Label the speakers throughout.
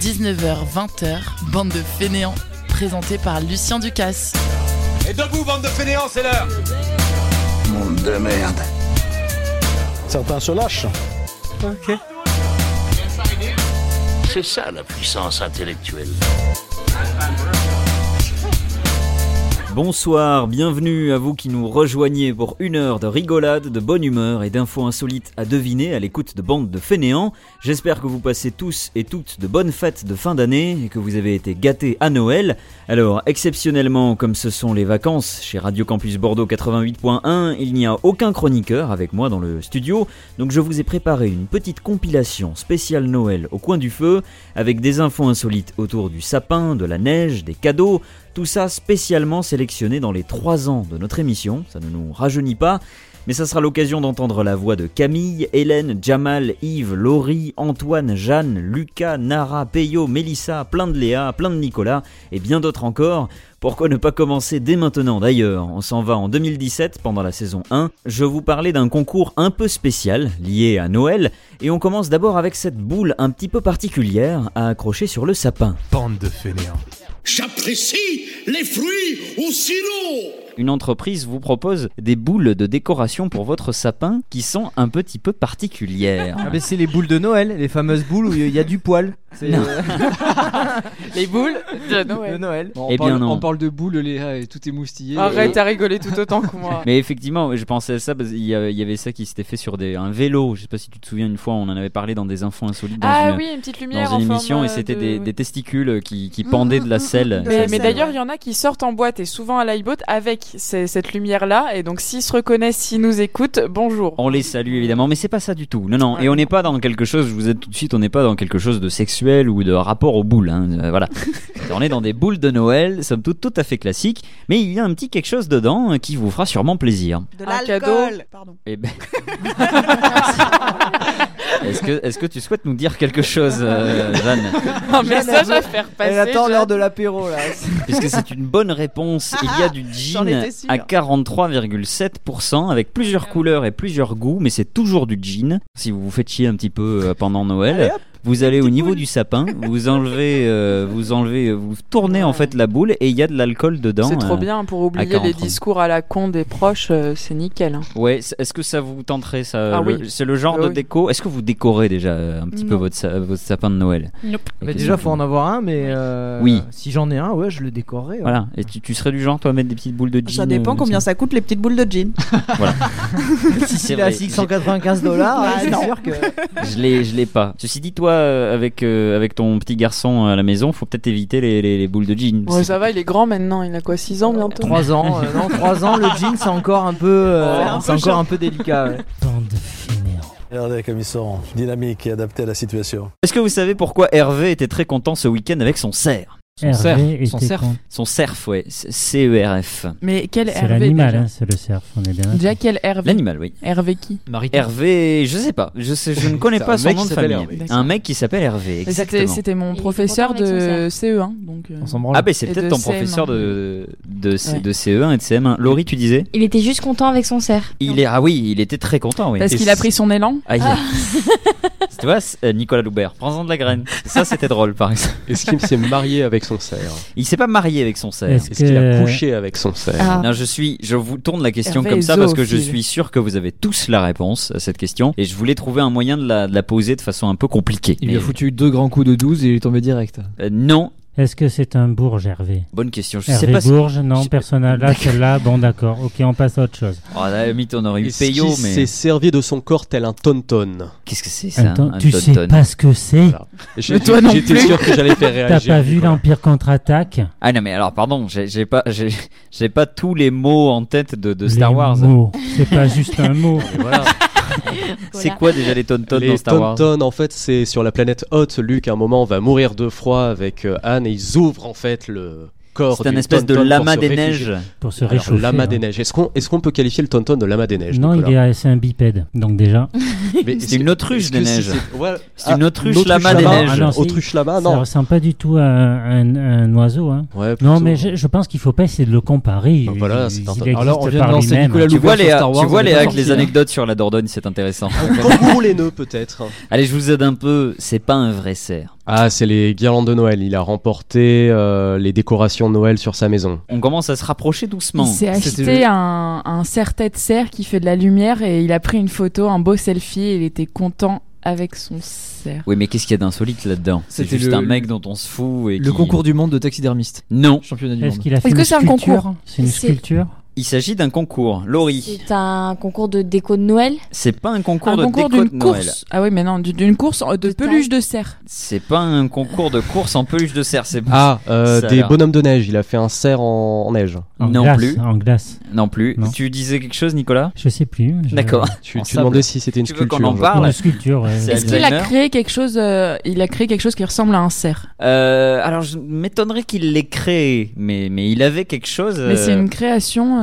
Speaker 1: 19h-20h, bande de fainéants, présenté par Lucien Ducasse.
Speaker 2: Et debout, bande de fainéants, c'est l'heure
Speaker 3: Monde de merde.
Speaker 4: Certains se lâchent.
Speaker 3: C'est ça la puissance intellectuelle.
Speaker 5: Bonsoir, bienvenue à vous qui nous rejoignez pour une heure de rigolade, de bonne humeur et d'infos insolites à deviner à l'écoute de bandes de fainéants. J'espère que vous passez tous et toutes de bonnes fêtes de fin d'année et que vous avez été gâtés à Noël. Alors, exceptionnellement, comme ce sont les vacances chez Radio Campus Bordeaux 88.1, il n'y a aucun chroniqueur avec moi dans le studio, donc je vous ai préparé une petite compilation spéciale Noël au coin du feu, avec des infos insolites autour du sapin, de la neige, des cadeaux, tout ça spécialement sélectionné dans les 3 ans de notre émission, ça ne nous rajeunit pas, mais ça sera l'occasion d'entendre la voix de Camille, Hélène, Jamal, Yves, Laurie, Antoine, Jeanne, Lucas, Nara, Peyo, Mélissa, plein de Léa, plein de Nicolas et bien d'autres encore. Pourquoi ne pas commencer dès maintenant d'ailleurs On s'en va en 2017 pendant la saison 1. Je vous parlais d'un concours un peu spécial lié à Noël et on commence d'abord avec cette boule un petit peu particulière à accrocher sur le sapin.
Speaker 6: Bande de fainéants.
Speaker 7: J'apprécie les fruits au sirop.
Speaker 5: une entreprise vous propose des boules de décoration pour votre sapin qui sont un petit peu particulières.
Speaker 8: Ah, mais c'est les boules de Noël, les fameuses boules où il y a du poil. C'est euh,
Speaker 9: Les boules de
Speaker 8: de
Speaker 9: Noël.
Speaker 8: Noël.
Speaker 5: Eh
Speaker 10: on, parle,
Speaker 5: bien, non.
Speaker 10: on parle de boules, Léa, et tout est moustillé. euh.
Speaker 9: Arrête à rigoler tout autant que moi.
Speaker 5: Mais effectivement, je pensais à ça parce qu'il y a- il y avait ça qui s'était fait sur des, un vélo. Je sais pas si tu te souviens, une fois, on en avait parlé dans des infos insolites dans
Speaker 9: ah
Speaker 5: une,
Speaker 9: oui, une petite
Speaker 5: dans
Speaker 9: lumière
Speaker 5: une
Speaker 9: en
Speaker 5: émission
Speaker 9: forme,
Speaker 5: et
Speaker 9: euh,
Speaker 5: c'était
Speaker 9: de- Mmh,
Speaker 5: des, des testicules qui, qui pendaient de la selle.
Speaker 9: Mais,
Speaker 5: Ça,
Speaker 9: mais
Speaker 5: c'est-
Speaker 9: d'ailleurs, il y en a qui sortent en boîte et souvent à l'iBot avec ces- cette lumière-là. Et donc, s'ils se reconnaissent, s'ils nous écoutent, bonjour.
Speaker 5: On les salue évidemment, mais c'est pas ça du tout. Non, non, et on n'est pas dans quelque chose, je vous ai tout de suite, on n'est pas dans quelque chose de sexuel ou de rapport aux boules. hein, euh, voilà. on est dans des boules de Noël, somme toute tout à fait classiques, mais il y a un petit quelque chose dedans euh, qui vous fera sûrement plaisir.
Speaker 11: De
Speaker 9: Un
Speaker 11: l'alcool. Pardon.
Speaker 5: Eh ben. est-ce que, est-ce que tu souhaites nous dire quelque chose, euh, Jeanne
Speaker 9: Un message à faire passer.
Speaker 8: Elle attend
Speaker 9: je-
Speaker 8: l'heure de l'apéro là.
Speaker 5: Puisque c'est une bonne réponse, il y a du
Speaker 11: J'en
Speaker 5: gin
Speaker 11: étais sûre.
Speaker 5: à 43,7% avec plusieurs couleurs et plusieurs goûts, mais c'est toujours du gin. Si vous vous faites chier un petit peu euh, pendant Noël,
Speaker 8: Allez, hop,
Speaker 5: vous allez au niveau du sapin, vous enlevez, euh, vous enlevez, euh, vous tournez en fait la boule et il y a de l'alcool dedans.
Speaker 9: C'est trop
Speaker 5: euh.
Speaker 9: bien hein, pour oublier les
Speaker 5: 40.
Speaker 9: discours à la con des proches, euh, c'est nickel. hein.
Speaker 5: Ouais, c- est-ce que ça vous tenterait ça
Speaker 9: Ah
Speaker 5: le-
Speaker 9: oui.
Speaker 5: C'est le genre
Speaker 9: Ah
Speaker 5: de
Speaker 9: oui.
Speaker 5: déco. Est-ce que vous décorez déjà euh, un petit peu
Speaker 11: Non.
Speaker 5: votre, sa- votre sapin de Noël Et
Speaker 8: Mais
Speaker 5: qu'est-ce
Speaker 8: déjà,
Speaker 5: que
Speaker 8: faut
Speaker 5: vous-
Speaker 8: en avoir un, mais euh,
Speaker 5: Oui.
Speaker 8: si j'en ai un, ouais, je le décorerai. ouais.
Speaker 5: Voilà, et tu, tu serais du genre, toi, à mettre des petites boules de gin
Speaker 11: Ça dépend
Speaker 5: euh,
Speaker 11: combien ça coûte les petites boules de jean.
Speaker 5: Si c'est
Speaker 8: Il est à
Speaker 5: vrai.
Speaker 8: 695 dollars,
Speaker 11: Ah,
Speaker 8: c'est
Speaker 11: non.
Speaker 8: sûr que.
Speaker 5: Je l'ai, je l'ai pas. Ceci dit, toi, euh, avec, euh, avec ton petit garçon euh, à la maison, faut peut-être éviter les, les, les boules de jean.
Speaker 9: Ouais, ça va, il est grand maintenant, il a quoi, 6 ans bientôt
Speaker 8: 3 ans, euh, non, 3 ans, le jean c'est encore un peu, euh,
Speaker 11: C'est un peu
Speaker 8: c'est encore un peu délicat. ouais.
Speaker 4: Regardez comme ils sont dynamiques et adaptés à la situation.
Speaker 5: Est-ce que vous savez pourquoi Hervé était très content ce week-end avec son cerf
Speaker 10: Son cerf. Son cerf.
Speaker 5: Son cerf, ouais, C- E C-E-R-F.
Speaker 9: Mais quel
Speaker 10: C'est
Speaker 9: Hervé
Speaker 10: l'animal,
Speaker 9: déjà
Speaker 10: hein, c'est le cerf, on est bien. d'accord.
Speaker 9: Déjà, quel Hervé
Speaker 5: L'animal, oui.
Speaker 9: Hervé qui
Speaker 6: Marie.
Speaker 5: Hervé, je sais pas, je, sais, je ne connais
Speaker 6: C'est
Speaker 5: pas
Speaker 6: un
Speaker 5: son
Speaker 6: mec
Speaker 5: nom
Speaker 6: qui
Speaker 5: de
Speaker 6: s'appelle
Speaker 5: famille.
Speaker 6: Hervé.
Speaker 5: Un mec qui s'appelle Hervé,
Speaker 9: C'était
Speaker 5: exactement.
Speaker 9: c'était mon
Speaker 11: Et il est
Speaker 9: professeur
Speaker 11: content
Speaker 9: de
Speaker 11: avec
Speaker 9: CE1. Donc, euh,
Speaker 8: On s'en branle.
Speaker 5: Ah ben c'est
Speaker 9: Et
Speaker 5: peut-être
Speaker 9: de
Speaker 5: ton
Speaker 9: CM1.
Speaker 5: professeur de, de, C-
Speaker 9: Ouais.
Speaker 5: de CE1 et de CM1. Laurie, tu disais
Speaker 12: Il était juste content avec son cerf.
Speaker 5: il est, Ah oui, il était très content, oui.
Speaker 9: Parce
Speaker 5: Et
Speaker 9: qu'il a
Speaker 5: c-
Speaker 9: pris son élan.
Speaker 5: Aïe. tu vois, c'est- euh, Nicolas Loubert, prends-en de la graine. Ça, c'était drôle, par exemple.
Speaker 10: Est-ce qu'il
Speaker 6: s'est marié avec son cerf
Speaker 5: Il s'est pas marié avec son cerf.
Speaker 10: Est-ce
Speaker 6: Est-ce qu'il a
Speaker 10: que-
Speaker 6: couché avec son cerf
Speaker 12: Ah.
Speaker 5: Non, je suis, je vous tourne la question
Speaker 9: Hervé
Speaker 5: comme
Speaker 9: est
Speaker 5: ça parce que je
Speaker 9: zoophile.
Speaker 5: suis sûr que vous avez tous la réponse à cette question et je voulais trouver un moyen de la, de la poser de façon un peu compliquée.
Speaker 10: Il lui a
Speaker 5: Mais,
Speaker 10: foutu deux grands coups de 12 et il est tombé direct.
Speaker 5: euh, non,
Speaker 10: Est-ce que c'est un bourge, Hervé
Speaker 5: bonne question. Je sais
Speaker 10: Hervé
Speaker 5: pas si.
Speaker 10: Bourges, non,
Speaker 5: je-
Speaker 10: personne à- là, celle-là, bon d'accord, ok, on passe à autre chose.
Speaker 5: Oh, à la limite, on aurait eu
Speaker 6: Est-ce
Speaker 5: Peyo,
Speaker 6: qu'il
Speaker 5: mais
Speaker 6: s'est servi de son corps tel un tonton
Speaker 5: qu'est-ce que c'est ça
Speaker 10: Attends,
Speaker 5: un
Speaker 10: tu sais
Speaker 5: tonton
Speaker 10: pas ce que c'est
Speaker 6: Voilà. J'ai-
Speaker 9: toi non
Speaker 6: J'étais
Speaker 9: plus.
Speaker 6: sûr que j'allais faire réagir.
Speaker 10: T'as pas vu
Speaker 6: Nicolas.
Speaker 10: l'Empire contre-attaque
Speaker 5: Ah non, mais alors pardon, j'ai j'ai pas, j'ai j'ai pas tous les mots en tête de, de
Speaker 10: Les
Speaker 5: Star Wars.
Speaker 10: mots, C'est pas juste un mot.
Speaker 5: Voilà. c'est
Speaker 12: Voilà.
Speaker 5: quoi déjà les tontons
Speaker 6: les
Speaker 5: dans Star Wars
Speaker 6: Tontons, en fait, c'est sur la planète Hot. Luke, à un moment, va mourir de froid avec euh, Anne et ils ouvrent en fait le corps.
Speaker 5: C'est un
Speaker 6: du
Speaker 5: espèce de
Speaker 6: Tonton pour
Speaker 5: lama
Speaker 6: se
Speaker 5: des
Speaker 6: réfugier.
Speaker 5: neiges.
Speaker 10: Pour se
Speaker 6: Alors,
Speaker 10: réchauffer.
Speaker 6: lama
Speaker 10: hein.
Speaker 6: des neiges. Est-ce qu'on est-ce qu'on peut qualifier le tonton de lama des neiges
Speaker 10: Non, il
Speaker 6: Nicolas
Speaker 10: est, à- c'est un bipède, donc déjà.
Speaker 6: Mais
Speaker 5: C'est une autruche
Speaker 6: est-ce
Speaker 5: des
Speaker 6: que si
Speaker 5: neiges.
Speaker 6: c'est- ouais,
Speaker 5: C'est
Speaker 6: ah,
Speaker 5: une autruche lama des
Speaker 6: lama.
Speaker 5: neiges.
Speaker 10: Ah non, si.
Speaker 6: autruche lama,
Speaker 10: Ça
Speaker 6: non.
Speaker 10: ressemble pas du tout à un, un- un oiseau. Hein.
Speaker 6: Ouais,
Speaker 10: Non,
Speaker 6: plutôt.
Speaker 10: mais je, je pense qu'il faut pas essayer de le comparer.
Speaker 6: Donc voilà, c'est
Speaker 10: il,
Speaker 6: un-
Speaker 10: il existe
Speaker 8: Alors, on vient de
Speaker 10: par
Speaker 8: lancer
Speaker 10: lui-même.
Speaker 8: Nicolas
Speaker 5: Tu vois,
Speaker 8: Loubert sur
Speaker 5: les,
Speaker 8: Star
Speaker 5: tu
Speaker 8: Wars, on
Speaker 5: vois
Speaker 8: est
Speaker 5: les,
Speaker 8: pas
Speaker 5: avec les
Speaker 8: sorti, là.
Speaker 5: anecdotes sur la Dordogne, c'est intéressant.
Speaker 6: Kangourou les nœuds peut-être.
Speaker 5: Allez, je vous aide un peu. C'est pas un vrai cerf.
Speaker 6: Ah, c'est les guirlandes de Noël. Il a remporté euh, les décorations de Noël sur sa maison.
Speaker 5: On commence à se rapprocher doucement.
Speaker 9: Il s'est acheté un, un serre-tête serre qui fait de la lumière et il a pris une photo, un beau selfie et il était content avec son cerf.
Speaker 5: Oui, mais qu'est-ce qu'il y a d'insolite là-dedans C'est
Speaker 13: C'était
Speaker 5: juste
Speaker 13: le-
Speaker 5: un mec dont on se fout et
Speaker 13: Le
Speaker 5: qui-
Speaker 13: concours du monde de taxidermiste.
Speaker 5: Non.
Speaker 13: Championnat du
Speaker 10: Est-ce
Speaker 13: monde.
Speaker 10: qu'il a fait Est-ce que une c'est un sculpture concours C'est une
Speaker 12: C'est-
Speaker 10: sculpture
Speaker 5: Il s'agit d'un concours. Laurie,
Speaker 12: C'est un concours de déco de Noël.
Speaker 5: c'est pas un concours
Speaker 12: Un
Speaker 5: de
Speaker 12: concours
Speaker 5: déco de
Speaker 12: d'une
Speaker 5: Noël.
Speaker 9: Course. Ah oui, mais non, du- d'une course euh, de peluche de cerf.
Speaker 5: C'est pas un concours de course en peluche de cerf. C'est
Speaker 6: Ah, euh,
Speaker 5: Ça a
Speaker 6: des
Speaker 5: l'air-
Speaker 6: bonhommes de neige. Il a fait un cerf en, en neige.
Speaker 10: En
Speaker 5: Non
Speaker 10: glace,
Speaker 5: plus.
Speaker 10: En glace.
Speaker 5: Non plus.
Speaker 10: Non.
Speaker 5: Tu disais quelque chose, Nicolas
Speaker 10: Je sais plus. je-
Speaker 5: D'accord.
Speaker 6: Tu,
Speaker 5: En
Speaker 6: tu
Speaker 5: sable.
Speaker 6: demandais si c'était une
Speaker 5: Tu veux
Speaker 6: sculpture.
Speaker 5: qu'on en
Speaker 6: je-
Speaker 5: parle
Speaker 10: Une sculpture, euh, ouais.
Speaker 5: C'est
Speaker 9: Est-ce qu'il a
Speaker 5: Alzheimer.
Speaker 9: créé quelque chose euh, Il a créé quelque chose qui ressemble à un cerf.
Speaker 5: Euh, alors, je m'étonnerais qu'il l'ait créé, mais, mais il avait quelque chose.
Speaker 9: Mais c'est
Speaker 5: euh,
Speaker 9: une création. euh,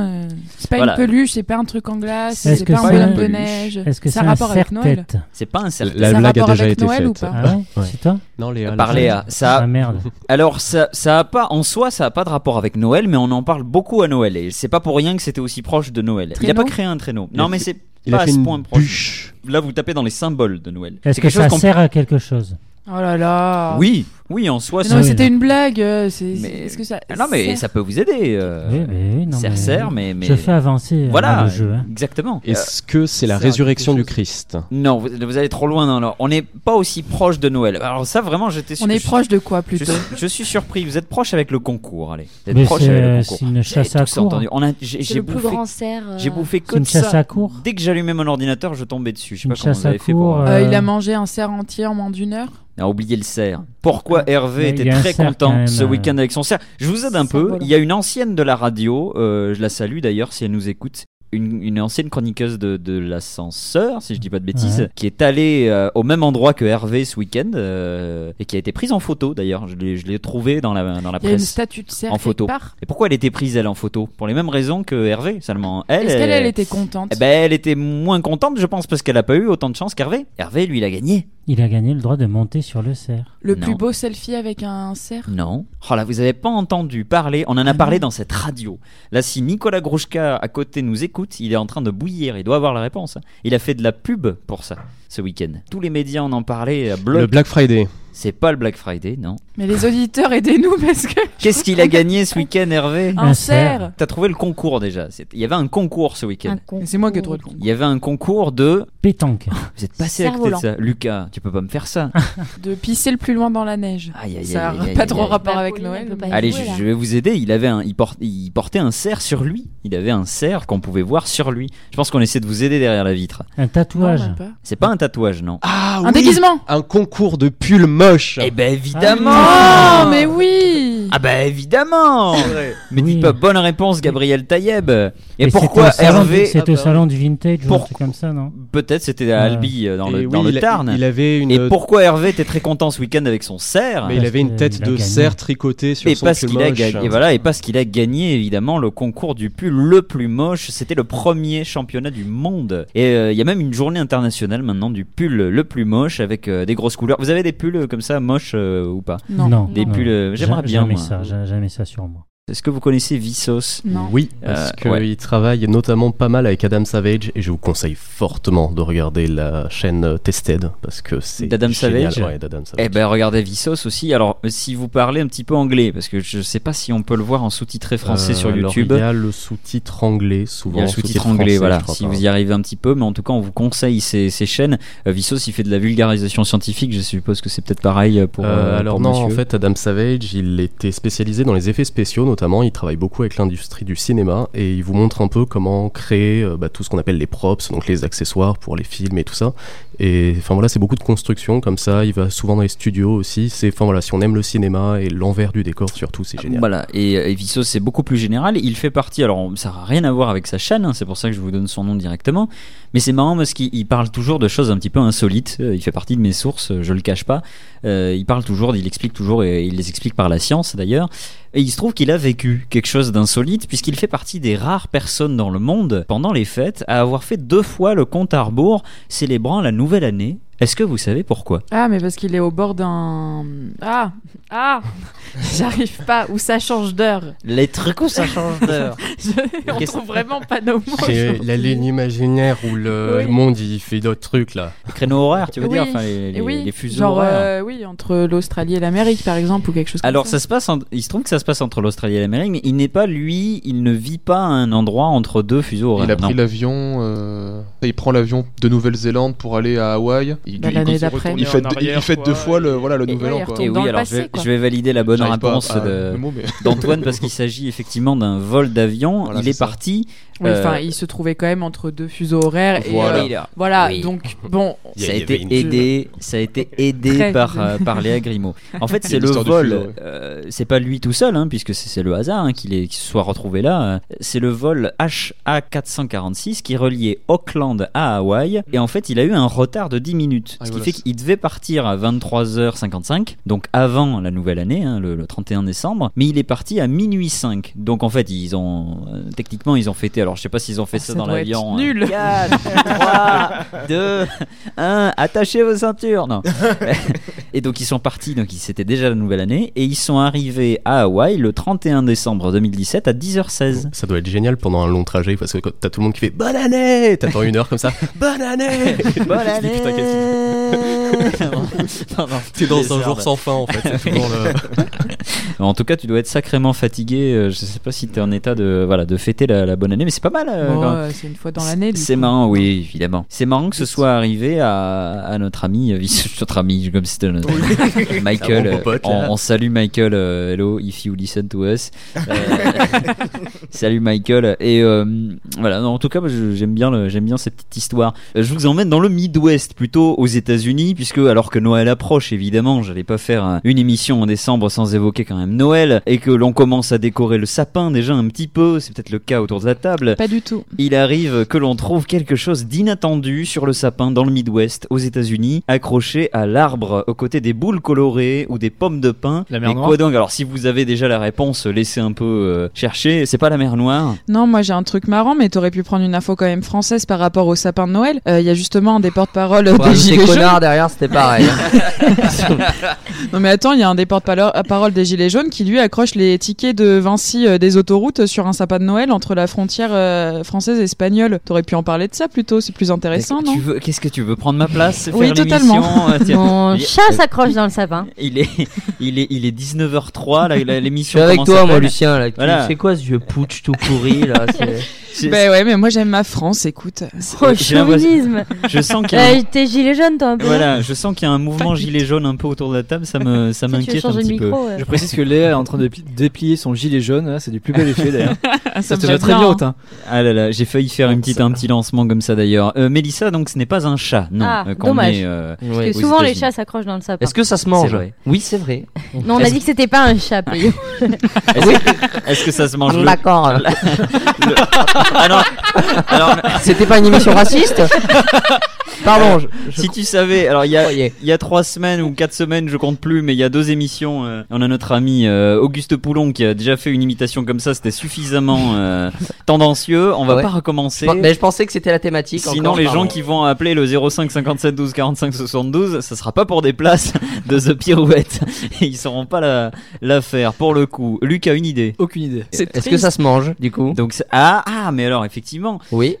Speaker 9: c'est pas
Speaker 5: voilà.
Speaker 9: une peluche, c'est pas un truc en glace,
Speaker 10: Est-ce
Speaker 9: c'est
Speaker 10: que
Speaker 9: pas un
Speaker 10: c'est
Speaker 9: bonhomme
Speaker 10: un-
Speaker 9: de neige.
Speaker 10: Est-ce que
Speaker 9: ça
Speaker 10: c'est
Speaker 9: a
Speaker 10: un
Speaker 9: rapport avec Noël
Speaker 10: serre-tête
Speaker 5: C'est pas un cerf.
Speaker 6: La
Speaker 9: Ça a
Speaker 6: blague a
Speaker 9: rapport
Speaker 6: déjà
Speaker 9: avec
Speaker 6: été
Speaker 9: Noël ou
Speaker 6: faite.
Speaker 9: pas
Speaker 10: Ah ouais
Speaker 6: Ouais.
Speaker 10: C'est toi
Speaker 6: Non, Léa.
Speaker 5: Par
Speaker 6: Léa.
Speaker 5: Léa. Ça a-
Speaker 10: Ah merde.
Speaker 5: Alors, ça, ça a pas, en soi, ça a pas de rapport avec Noël, mais on en parle beaucoup à Noël. Et c'est pas pour rien que c'était aussi proche de Noël. Il a
Speaker 9: Traîneau
Speaker 5: pas créé un traîneau.
Speaker 6: Il
Speaker 5: non,
Speaker 6: a
Speaker 5: mais
Speaker 6: fait-
Speaker 5: c'est
Speaker 6: Il
Speaker 5: pas
Speaker 6: a
Speaker 5: à
Speaker 6: fait
Speaker 5: ce
Speaker 6: une
Speaker 5: point proche.
Speaker 6: bûche.
Speaker 5: Là, vous tapez dans les symboles de Noël.
Speaker 10: Est-ce
Speaker 5: C'est
Speaker 10: que
Speaker 5: quelque chose
Speaker 10: ça
Speaker 5: qu'on-
Speaker 10: sert à quelque chose
Speaker 9: Oh là là
Speaker 5: Oui, oui, en soi.
Speaker 9: Mais
Speaker 5: ça-
Speaker 9: non, mais
Speaker 10: oui,
Speaker 9: c'était
Speaker 10: non.
Speaker 9: une blague. euh, c'est- c'est-
Speaker 5: Mais-
Speaker 9: Est-ce que ça
Speaker 5: Ah Non, mais
Speaker 9: sert
Speaker 5: ça peut vous aider. euh,
Speaker 10: Oui, mais oui, non,
Speaker 5: Serre,
Speaker 10: mais-
Speaker 5: serre, mais- mais-
Speaker 10: Je fais avancer euh,
Speaker 5: Voilà,
Speaker 10: le jeu. hein.
Speaker 5: exactement.
Speaker 6: Est-ce que c'est la
Speaker 13: ça, quelque
Speaker 6: résurrection du Christ
Speaker 5: Non, vous, vous allez trop loin. Non, non. On n'est pas aussi proche de Noël. Alors ça, vraiment, j'étais.
Speaker 9: On est
Speaker 5: je-
Speaker 9: proche de quoi
Speaker 5: Je,
Speaker 9: plutôt
Speaker 5: je suis surpris. Vous êtes proche avec le concours. Allez, vous êtes
Speaker 10: Mais
Speaker 5: proche
Speaker 10: c'est,
Speaker 5: avec le
Speaker 10: euh,
Speaker 5: concours.
Speaker 10: c'est une
Speaker 5: Vous
Speaker 10: chasse
Speaker 5: avez
Speaker 10: à
Speaker 5: tous
Speaker 10: cours.
Speaker 5: entendu. On a- j'ai
Speaker 12: C'est
Speaker 5: j'ai
Speaker 12: le plus
Speaker 5: bouffé.
Speaker 12: grand cerf. euh,
Speaker 5: J'ai bouffé que
Speaker 10: C'est une
Speaker 5: de ça.
Speaker 10: chasse à cours
Speaker 5: Dès que j'allumais mon ordinateur, je tombais dessus. Je sais
Speaker 10: Une
Speaker 5: pas comment
Speaker 10: chasse
Speaker 5: vous
Speaker 10: à
Speaker 5: avez fait pour.
Speaker 10: cours,
Speaker 5: euh,
Speaker 10: euh,
Speaker 9: Euh, Il a mangé un cerf entier en moins d'une heure.
Speaker 5: On a oublié le cerf. Pourquoi Hervé
Speaker 10: mais il
Speaker 5: était
Speaker 10: y a un
Speaker 5: très
Speaker 10: cerf
Speaker 5: content
Speaker 10: quand même,
Speaker 5: ce
Speaker 10: euh,
Speaker 5: week-end avec son cerf Je vous aide un
Speaker 12: c'est
Speaker 5: peu.
Speaker 12: volant.
Speaker 5: Il y a une ancienne de la radio, euh, je la salue d'ailleurs si elle nous écoute. Une, une ancienne chroniqueuse de, de l'ascenseur, si je dis pas de bêtises,
Speaker 10: Ouais.
Speaker 5: qui est allée euh, au même endroit que Hervé ce week-end euh, et qui a été prise en photo d'ailleurs. Je l'ai je l'ai trouvée dans la, dans la
Speaker 9: Il y a une
Speaker 5: presse.
Speaker 9: statue de cerf
Speaker 5: En
Speaker 9: quelque
Speaker 5: photo.
Speaker 9: part.
Speaker 5: Et pourquoi elle était prise elle en photo Pour les mêmes raisons que Hervé seulement. Elle,
Speaker 9: Est-ce qu'elle
Speaker 5: elle-
Speaker 9: elle était contente
Speaker 5: eh ben, elle était moins contente, je pense, parce qu'elle a pas eu autant de chance qu'Hervé. Hervé, lui, il a gagné.
Speaker 10: Il a gagné le droit de monter sur le cerf.
Speaker 9: Le
Speaker 5: Non.
Speaker 9: plus beau selfie avec un cerf
Speaker 5: Non. Oh là, vous avez pas entendu parler. On en a parlé dans cette radio. Là, si Nicolas Grouchka à côté nous écoute, il est en train de bouillir. Il doit avoir la réponse. Il a fait de la pub pour ça ce week-end. Tous les médias en ont parlé. à
Speaker 6: Le
Speaker 5: Blog.
Speaker 6: Black Friday.
Speaker 5: C'est pas le Black Friday, non.
Speaker 9: Mais les auditeurs, aidez-nous parce que. Ah.
Speaker 5: Qu'est-ce qu'il a gagné ce week-end, Hervé
Speaker 9: Un,
Speaker 10: Un cerf.
Speaker 9: cerf
Speaker 5: T'as trouvé le concours déjà. C'est- Il y avait un concours ce
Speaker 12: un
Speaker 5: week-end.
Speaker 12: concours.
Speaker 9: Mais C'est moi qui ai trouvé le con.
Speaker 5: Il y avait un concours de.
Speaker 10: Pétanque.
Speaker 5: Vous êtes passé à côté de
Speaker 12: Cerf-volant.
Speaker 5: ça, Lucas. Tu peux pas me faire ça.
Speaker 9: De pisser le plus loin dans la neige.
Speaker 5: Aïe, aïe,
Speaker 9: Ça
Speaker 5: aïe,
Speaker 9: n'a
Speaker 5: aïe,
Speaker 9: pas
Speaker 5: aïe,
Speaker 9: trop
Speaker 5: aïe.
Speaker 9: rapport
Speaker 12: Bah,
Speaker 9: avec
Speaker 12: Pauline, elle
Speaker 9: Noël.
Speaker 12: peut pas
Speaker 9: mais-
Speaker 12: y
Speaker 5: Allez,
Speaker 12: jouer,
Speaker 5: je,
Speaker 12: là.
Speaker 5: je vais vous aider. Il avait un, il, por- il portait un cerf sur lui. Il avait un cerf qu'on pouvait voir sur lui. Je pense qu'on essaie de vous aider derrière la vitre.
Speaker 10: Un
Speaker 9: Non,
Speaker 10: tatouage.
Speaker 9: même pas.
Speaker 5: C'est pas un tatouage, non
Speaker 6: Ah,
Speaker 9: Un déguisement
Speaker 6: Un concours de pull moche.
Speaker 5: Eh ben évidemment
Speaker 6: Ah,
Speaker 9: Oh, mais oui
Speaker 5: Ah ben évidemment Mais
Speaker 10: Oui.
Speaker 5: dites pas bonne réponse, Gabriel Taïeb. Et
Speaker 10: Mais c'était
Speaker 5: pourquoi
Speaker 10: au salon du-
Speaker 5: Hervé Ah bah
Speaker 10: C'était au salon du vintage ou un
Speaker 5: Pourquoi-
Speaker 10: truc comme ça, non
Speaker 5: Peut-être c'était à
Speaker 10: Ouais.
Speaker 5: Albi euh, dans
Speaker 6: Et
Speaker 5: le,
Speaker 6: oui,
Speaker 5: dans le
Speaker 6: il a-
Speaker 5: Tarn.
Speaker 6: Il avait une.
Speaker 5: Et pourquoi Hervé était très content ce week-end avec son cerf
Speaker 6: Mais Ah, il avait une
Speaker 10: Parce
Speaker 6: tête
Speaker 10: qu'il a
Speaker 6: de
Speaker 10: gagné.
Speaker 6: cerf tricotée sur
Speaker 5: et
Speaker 6: son
Speaker 5: parce
Speaker 6: pull
Speaker 5: qu'il a
Speaker 6: moche. hein,
Speaker 5: gagné, et voilà, et parce qu'il a gagné évidemment le concours du pull le plus moche. C'était le premier championnat du monde. Et euh, il y a même une journée internationale maintenant du pull le plus moche avec euh, des grosses couleurs. Vous avez des pulls euh, comme ça moches euh, ou pas
Speaker 9: Non.
Speaker 5: Des pulls, euh, j'aimerais
Speaker 10: Ja-
Speaker 5: bien,
Speaker 10: Jamais
Speaker 5: moi.
Speaker 10: ça, ja- jamais ça sur moi.
Speaker 5: Est-ce que vous connaissez Vsauce
Speaker 9: Non.
Speaker 6: Oui,
Speaker 5: Euh,
Speaker 6: parce qu'il
Speaker 5: ouais.
Speaker 6: travaille notamment pas mal avec Adam Savage et je vous conseille fortement de regarder la chaîne euh, Tested parce que c'est
Speaker 5: D'Adam
Speaker 6: génial.
Speaker 5: Savage
Speaker 6: Ouais, d'Adam Savage.
Speaker 5: Eh ben regardez Vsauce aussi. Alors euh, si vous parlez un petit peu anglais, parce que je sais pas si on peut le voir en sous-titré français
Speaker 6: Euh,
Speaker 5: sur
Speaker 6: alors,
Speaker 5: YouTube.
Speaker 6: Il y a le sous-titre anglais souvent.
Speaker 5: Il y a le sous-titre anglais,
Speaker 6: français,
Speaker 5: voilà,
Speaker 6: je crois
Speaker 5: si
Speaker 6: pas.
Speaker 5: vous y arrivez un petit peu, mais en tout cas, on vous conseille ces, ces chaînes. Euh, Vissos, il fait de la vulgarisation scientifique, je suppose que c'est peut-être pareil pour,
Speaker 6: Euh,
Speaker 5: euh,
Speaker 6: alors
Speaker 5: pour
Speaker 6: non,
Speaker 5: monsieur.
Speaker 6: en fait, Adam Savage, il était spécialisé dans les effets spéciaux notamment. Il travaille beaucoup avec l'industrie du cinéma et il vous montre un peu comment créer euh, bah, tout ce qu'on appelle les props, donc les accessoires pour les films et tout ça. Et enfin voilà, c'est beaucoup de construction comme ça. Il va souvent dans les studios aussi. C'est enfin voilà, si on aime le cinéma et l'envers du décor surtout, c'est
Speaker 14: Bah,
Speaker 6: génial.
Speaker 5: Voilà, et, euh, et Vissos, c'est beaucoup plus général. Il fait partie, alors on- ça n'a rien à voir avec sa chaîne, hein, c'est pour ça que je vous donne son nom directement. Mais c'est marrant parce qu'il il parle toujours de choses un petit peu insolites. Euh, Il fait partie de mes sources, euh, je le cache pas. Euh, il parle toujours, il explique toujours, et il les explique par la science d'ailleurs. Et il se trouve qu'il a vécu quelque chose d'insolite puisqu'il fait partie des rares personnes dans le monde pendant les fêtes à avoir fait deux fois le compte à rebours célébrant la nouvelle année Est-ce que vous savez pourquoi
Speaker 9: Ah, mais parce qu'il est au bord d'un. Ah Ah J'arrive pas, ou ça change d'heure.
Speaker 13: Les trucs où ça change d'heure.
Speaker 9: Je- On
Speaker 13: Qu'est-ce-
Speaker 9: trouve vraiment pas nos mots.
Speaker 6: C'est la ligne imaginaire où le
Speaker 9: Oui.
Speaker 6: monde il fait d'autres trucs là.
Speaker 5: Les créneaux horaires, tu
Speaker 9: veux Oui. dire, enfin,
Speaker 5: les,
Speaker 9: Et oui, genre, euh, oui, entre l'Australie et l'Amérique, par exemple, ou quelque chose comme
Speaker 5: Alors
Speaker 9: ça.
Speaker 5: ça se passe, en- il se trouve que ça se passe entre l'Australie et l'Amérique, mais il n'est pas lui, il ne vit pas à un endroit entre deux fuseaux horaires.
Speaker 15: Il a pris
Speaker 5: non.
Speaker 15: l'avion, euh, il prend l'avion de Nouvelle-Zélande pour aller à Hawaï. Il,
Speaker 9: Bah,
Speaker 15: il-
Speaker 9: l'année
Speaker 15: il-
Speaker 9: d'après.
Speaker 15: il fête,
Speaker 9: En arrière,
Speaker 15: il fête
Speaker 9: quoi,
Speaker 15: deux fois le, voilà, le nouvel
Speaker 9: ouais, il
Speaker 15: an. Quoi.
Speaker 9: retourne
Speaker 5: Et
Speaker 9: dans
Speaker 5: oui,
Speaker 9: le
Speaker 5: alors
Speaker 9: passé,
Speaker 5: je vais,
Speaker 9: quoi.
Speaker 5: je vais valider la bonne
Speaker 15: J'arrive pas
Speaker 5: réponse
Speaker 15: à-
Speaker 5: de-
Speaker 15: le mot, mais-
Speaker 5: d'Antoine parce qu'il s'agit effectivement d'un vol d'avion. il est, parti.
Speaker 9: Oui, enfin,
Speaker 5: euh,
Speaker 9: il se trouvait quand même entre deux fuseaux horaires. Et,
Speaker 5: Voilà.
Speaker 9: euh,
Speaker 5: Oui, là.
Speaker 9: voilà,
Speaker 5: Oui.
Speaker 9: donc bon.
Speaker 5: ça a été aidé, ça a été aidé
Speaker 9: Très
Speaker 5: par,
Speaker 9: bizarre.
Speaker 5: euh, par Léa Grimaud. En fait,
Speaker 9: Il y
Speaker 5: c'est
Speaker 9: a
Speaker 5: le
Speaker 9: l'histoire du
Speaker 5: vol.
Speaker 9: fuseau, ouais.
Speaker 5: euh, c'est pas lui tout seul, hein, puisque c'est c'est le hasard hein, qu'il est- qu'il se soit retrouvé là. euh, C'est le vol HA446 qui reliait Auckland à Hawaï. Et en fait, il a eu un retard de 10 minutes.
Speaker 15: Ah,
Speaker 5: Ce
Speaker 15: et
Speaker 5: qui
Speaker 15: voilà.
Speaker 5: fait qu'il devait partir à 23h55, donc avant la nouvelle année, hein, le, le 31 décembre. Mais il est parti à minuit 5. Donc en fait, ils ont. euh, techniquement, ils ont fêté. Alors je sais pas s'ils ont fait ça,
Speaker 9: Oh, ça
Speaker 5: dans
Speaker 9: doit être
Speaker 5: l'avion. hein.
Speaker 9: nul.
Speaker 5: 3, 2, 1, Hein, attachez vos ceintures. Non. et donc ils sont partis, donc ils- c'était déjà la nouvelle année, et ils sont arrivés à Hawaï le 31 décembre 2017 à 10h16.
Speaker 6: Ça doit être génial pendant un long trajet parce que quand t'as tout le monde qui fait bonne année, t'attends une heure comme ça. Bonne année
Speaker 5: Bonne année
Speaker 6: Putain, qu'est-ce que- T'es dans un jour sans fin en fait. c'est toujours le-
Speaker 5: En tout cas, tu dois être sacrément fatigué. euh, Je sais pas si tu es en état de, voilà, de fêter la, la bonne année, mais c'est pas mal. euh,
Speaker 9: Bon,
Speaker 5: quand-
Speaker 9: euh, c'est une fois dans l'année. du
Speaker 5: C'est
Speaker 9: coup.
Speaker 5: marrant, oui, évidemment. C'est marrant que ce soit arrivé à, à notre ami, euh, vice- notre ami, comme c'était notre- Michael.
Speaker 6: Ah, mon
Speaker 5: euh,
Speaker 6: pote,
Speaker 5: on,
Speaker 6: là.
Speaker 5: on salue Michael. euh, hello, if you listen to us. Euh, salut Michael. Et euh, voilà. non, en tout cas, moi, je- j'aime bien, le- j'aime bien cette petite histoire. Euh, Je vous emmène dans le Midwest, plutôt aux États-Unis, puisque alors que Noël approche, évidemment, j'allais pas faire euh, une émission en décembre sans évoquer quand même Noël et que l'on commence à décorer le sapin déjà un petit peu. C'est peut-être le cas autour de la table.
Speaker 9: Pas du tout.
Speaker 5: Il arrive que l'on trouve quelque chose d'inattendu sur le sapin dans le Midwest, aux États-Unis, accroché à l'arbre, aux côtés des boules colorées ou des pommes de pin. La
Speaker 13: mer
Speaker 5: Et
Speaker 13: Noire
Speaker 5: quoi donc Alors, si vous avez déjà la réponse, laissez un peu euh, chercher. C'est pas la mer Noire.
Speaker 9: Non, moi j'ai un truc marrant, mais t'aurais pu prendre une info quand même française par rapport au sapin de Noël. Euh, Il y a justement un des porte-parole
Speaker 13: Pour
Speaker 9: des
Speaker 13: ajouter
Speaker 9: Gilets
Speaker 13: connard
Speaker 9: jaunes.
Speaker 13: derrière, c'était pareil.
Speaker 9: Non, mais attends, il y a un des porte-parole des Gilets jaunes qui lui accroche les tickets de Vinci euh, des autoroutes sur un sapin de Noël entre la frontière euh, française et espagnole. T'aurais pu en parler de ça plutôt, c'est plus intéressant, non
Speaker 5: Tu veux- Qu'est-ce que tu veux prendre ma place
Speaker 9: Oui,
Speaker 5: faire
Speaker 9: totalement.
Speaker 5: l'émission, euh, tiens.
Speaker 12: Mon
Speaker 5: Il-
Speaker 12: chat s'accroche dans le sapin.
Speaker 5: Il est, il est, il est 19h03, la- la- l'émission.
Speaker 13: Je suis avec
Speaker 5: comment
Speaker 13: toi,
Speaker 5: s'appelle
Speaker 13: moi, Lucien, là.
Speaker 5: Voilà.
Speaker 13: C'est quoi ce vieux putsch tout pourri, là c'est-
Speaker 9: Ben ouais, mais moi j'aime ma France, écoute.
Speaker 5: Oh, j'ai l'impression- chauvinisme. Je sens qu'il y a un-
Speaker 12: Euh, T'es gilet jaune, toi, un peu.
Speaker 5: Voilà, je sens qu'il y a un mouvement gilet jaune un peu autour de la table, ça me, ça
Speaker 12: veux
Speaker 5: m'inquiète un
Speaker 12: changer le
Speaker 5: petit peu.
Speaker 12: micro, ouais.
Speaker 16: Je précise que Léa est en train de pli- déplier son gilet jaune, hein, c'est du plus bel effet d'ailleurs.
Speaker 9: Ça
Speaker 16: te
Speaker 9: me
Speaker 16: va
Speaker 9: va
Speaker 16: très bien
Speaker 9: bien,
Speaker 16: au
Speaker 9: hein.
Speaker 16: teint.
Speaker 5: Ah là là, j'ai failli faire une petite, un petit lancement comme ça d'ailleurs. Euh, Mélissa, donc ce n'est pas un chat, non.
Speaker 12: Ah,
Speaker 5: euh, qu'on
Speaker 12: dommage.
Speaker 5: est, euh,
Speaker 12: Parce que
Speaker 5: aux
Speaker 12: souvent les
Speaker 5: États-Unis.
Speaker 12: chats s'accrochent dans le sapin.
Speaker 13: Est-ce que ça se mange
Speaker 5: C'est vrai.
Speaker 13: Oui, c'est vrai.
Speaker 12: Non, on a dit que c'était pas un chat, Péo.
Speaker 5: Est-ce que, est-ce que ça se mange le-
Speaker 13: D'accord.
Speaker 5: le- Ah non. Alors,
Speaker 13: C'était pas une émission raciste Pardon, je-
Speaker 5: si tu savais, alors il y a, il y a trois semaines ou quatre semaines, je compte plus, mais il y a deux émissions. euh, on a notre ami euh, Auguste Poulon qui a déjà fait une imitation comme ça. C'était suffisamment euh, tendancieux. On va
Speaker 13: Ouais.
Speaker 5: pas recommencer.
Speaker 13: Je- Mais je pensais que c'était la thématique.
Speaker 5: Sinon,
Speaker 13: encore,
Speaker 5: les
Speaker 13: pardon.
Speaker 5: gens qui vont appeler le 05 57 12 45 72, ça sera pas pour des places de The Pirouette. Ils sauront pas la, la faire pour le coup. Luc a une idée.
Speaker 16: Aucune idée.
Speaker 13: C'est Est-ce triste. que ça se mange, du coup
Speaker 5: Donc c'est- ah, ah, mais alors effectivement. euh,
Speaker 13: Oui.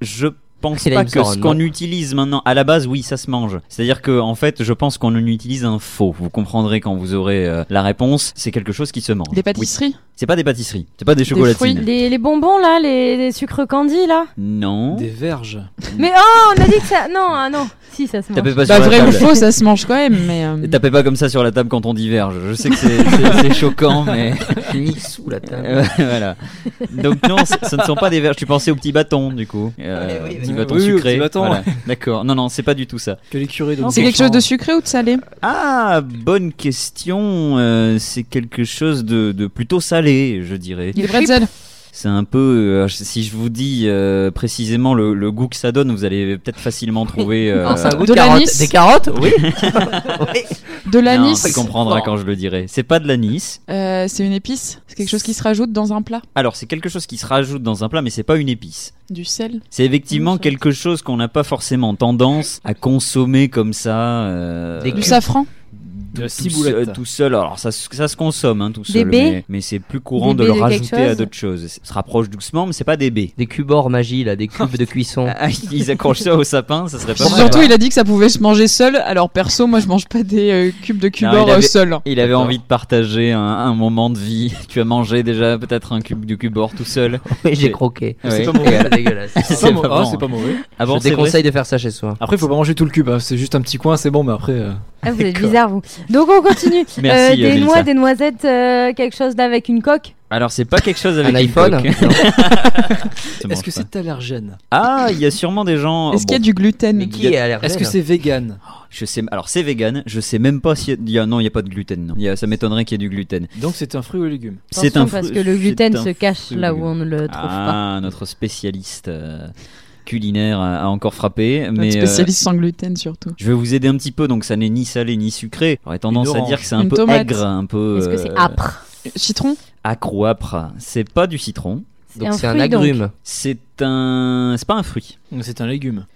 Speaker 5: je pense
Speaker 13: C'est la
Speaker 5: pas
Speaker 13: même
Speaker 5: que ce
Speaker 13: sorte,
Speaker 5: qu'on
Speaker 13: non
Speaker 5: utilise maintenant à la base oui ça se mange c'est à dire que en fait je pense qu'on en utilise un faux vous comprendrez quand vous aurez euh, la réponse c'est quelque chose qui se mange
Speaker 12: Des pâtisseries
Speaker 5: Oui. c'est pas des pâtisseries c'est pas des chocolatines
Speaker 12: Les, les bonbons, là, les, les sucres candy, là.
Speaker 5: non
Speaker 16: Des verges.
Speaker 12: Mais oh, on a dit que ça. Non, ah non. Si, ça se mange.
Speaker 5: Tapez pas
Speaker 9: Bah,
Speaker 5: sur la
Speaker 9: vrai ou
Speaker 5: table.
Speaker 9: faux, ça se mange quand même, mais. euh,
Speaker 5: Et tapez pas comme ça sur la table quand on diverge. Je sais que c'est- c'est c'est choquant, mais.
Speaker 13: Ni sous la table.
Speaker 5: Euh, voilà. Donc, non, ce ce ne sont pas des verges. Tu pensais aux petits bâtons, du coup. Euh,
Speaker 16: oui,
Speaker 5: petits
Speaker 16: oui.
Speaker 5: bâtons
Speaker 16: Oui, oui, aux
Speaker 5: sucrés.
Speaker 16: petits bâtons.
Speaker 5: Voilà. D'accord. Non, non, c'est pas du tout ça.
Speaker 16: Que les curés de hein.
Speaker 9: C'est quelque chose de sucré ou de salé
Speaker 5: Ah, bonne question. Euh, c'est quelque chose de, de plutôt salé, je dirais.
Speaker 9: Des pretzels
Speaker 5: C'est un peu, euh, si je vous dis euh, précisément le, le goût que ça donne, vous allez peut-être facilement trouver. euh,
Speaker 13: Alors, ça goûte
Speaker 9: De
Speaker 13: carottes.
Speaker 9: l'anis.
Speaker 13: Des carottes Oui.
Speaker 9: De
Speaker 5: Non,
Speaker 9: l'anis.
Speaker 5: tu comprendras quand je le dirai. C'est pas de l'anis.
Speaker 9: Euh, c'est une épice. C'est quelque chose qui se rajoute dans un plat.
Speaker 5: Alors, c'est quelque chose qui se rajoute dans un plat, mais c'est pas une épice.
Speaker 9: Du sel.
Speaker 5: C'est effectivement quelque chose qu'on n'a pas forcément tendance à consommer comme ça. euh,
Speaker 9: Du safran.
Speaker 5: tout seul- Tout seul, alors ça, se- ça se consomme hein, tout
Speaker 9: Des
Speaker 5: seul,
Speaker 9: baies
Speaker 5: mais, mais c'est plus courant de
Speaker 9: Des
Speaker 5: le
Speaker 9: baies de quelque
Speaker 5: rajouter à
Speaker 9: chose
Speaker 5: d'autres choses. Ça se rapproche doucement, mais c'est pas des baies.
Speaker 13: Des cubes magie, là, des cubes de cuisson.
Speaker 5: Ah, Ils accrochent ça au sapin, ça serait pas mal.
Speaker 9: Surtout, il a dit que ça pouvait se manger seul. Alors perso, moi, je mange pas des euh, cubes de
Speaker 5: Non,
Speaker 9: cubor
Speaker 5: il
Speaker 9: euh,
Speaker 5: avait- Ah,
Speaker 9: seul.
Speaker 5: Il avait envie de partager un, un moment de vie. Tu as mangé déjà peut-être un cube du cubord tout seul.
Speaker 13: Oui, j'ai
Speaker 5: Et-
Speaker 13: croqué.
Speaker 5: Ouais.
Speaker 13: C'est pas mauvais.
Speaker 5: Et-
Speaker 13: C'est dégueulasse.
Speaker 16: C'est pas mau- ah, c'est pas mauvais.
Speaker 5: Ah bon,
Speaker 13: Je
Speaker 5: c'est vrai
Speaker 13: déconseille de faire ça chez soi.
Speaker 16: Après, faut pas manger tout le cube, hein, c'est juste un petit coin, c'est bon, mais après. euh,
Speaker 12: Ah, vous êtes bizarre, vous. Donc, on continue.
Speaker 5: Merci, euh,
Speaker 12: des
Speaker 5: Mélissa.
Speaker 12: noix, des noisettes, euh, quelque chose avec une coque.
Speaker 5: Alors c'est pas quelque chose avec
Speaker 13: Un
Speaker 5: une
Speaker 13: iPhone
Speaker 5: coque.
Speaker 13: Non.
Speaker 5: Ça
Speaker 16: Est-ce
Speaker 5: mange
Speaker 16: que
Speaker 5: pas.
Speaker 16: c'est allergène
Speaker 5: Ah, il y a sûrement des gens.
Speaker 9: Est-ce qu'il y a
Speaker 5: bon,
Speaker 9: du gluten
Speaker 5: qui est allergène
Speaker 16: Est-ce que c'est vegan
Speaker 5: Je sais. Alors c'est vegan. Je sais même pas s'il y a- il y a. Non, il y a pas de gluten. Non. Il y a- ça m'étonnerait qu'il y ait du gluten.
Speaker 16: Donc c'est un fruit ou légume
Speaker 5: C'est un
Speaker 12: parce
Speaker 5: fruit-
Speaker 12: que le
Speaker 5: c'est
Speaker 12: gluten
Speaker 5: un
Speaker 12: se cache
Speaker 5: fruit.
Speaker 12: là où on ne le trouve
Speaker 5: Ah, notre spécialiste euh, culinaire a a encore frappé.
Speaker 9: Notre
Speaker 5: Mais euh,
Speaker 9: spécialiste sans gluten surtout.
Speaker 5: Je vais vous aider un petit peu, donc ça n'est ni salé ni sucré. J'aurais tendance à
Speaker 9: orange.
Speaker 5: dire que c'est un
Speaker 9: Une
Speaker 5: peu
Speaker 9: tomate.
Speaker 5: aigre, un peu.
Speaker 12: Est-ce que c'est
Speaker 5: euh,
Speaker 12: âpre
Speaker 9: Citron.
Speaker 5: Acre ou âpre. C'est pas du citron.
Speaker 12: Donc un c'est un fruit, donc. agrume.
Speaker 5: C'est un. C'est pas un fruit.
Speaker 16: C'est un légume.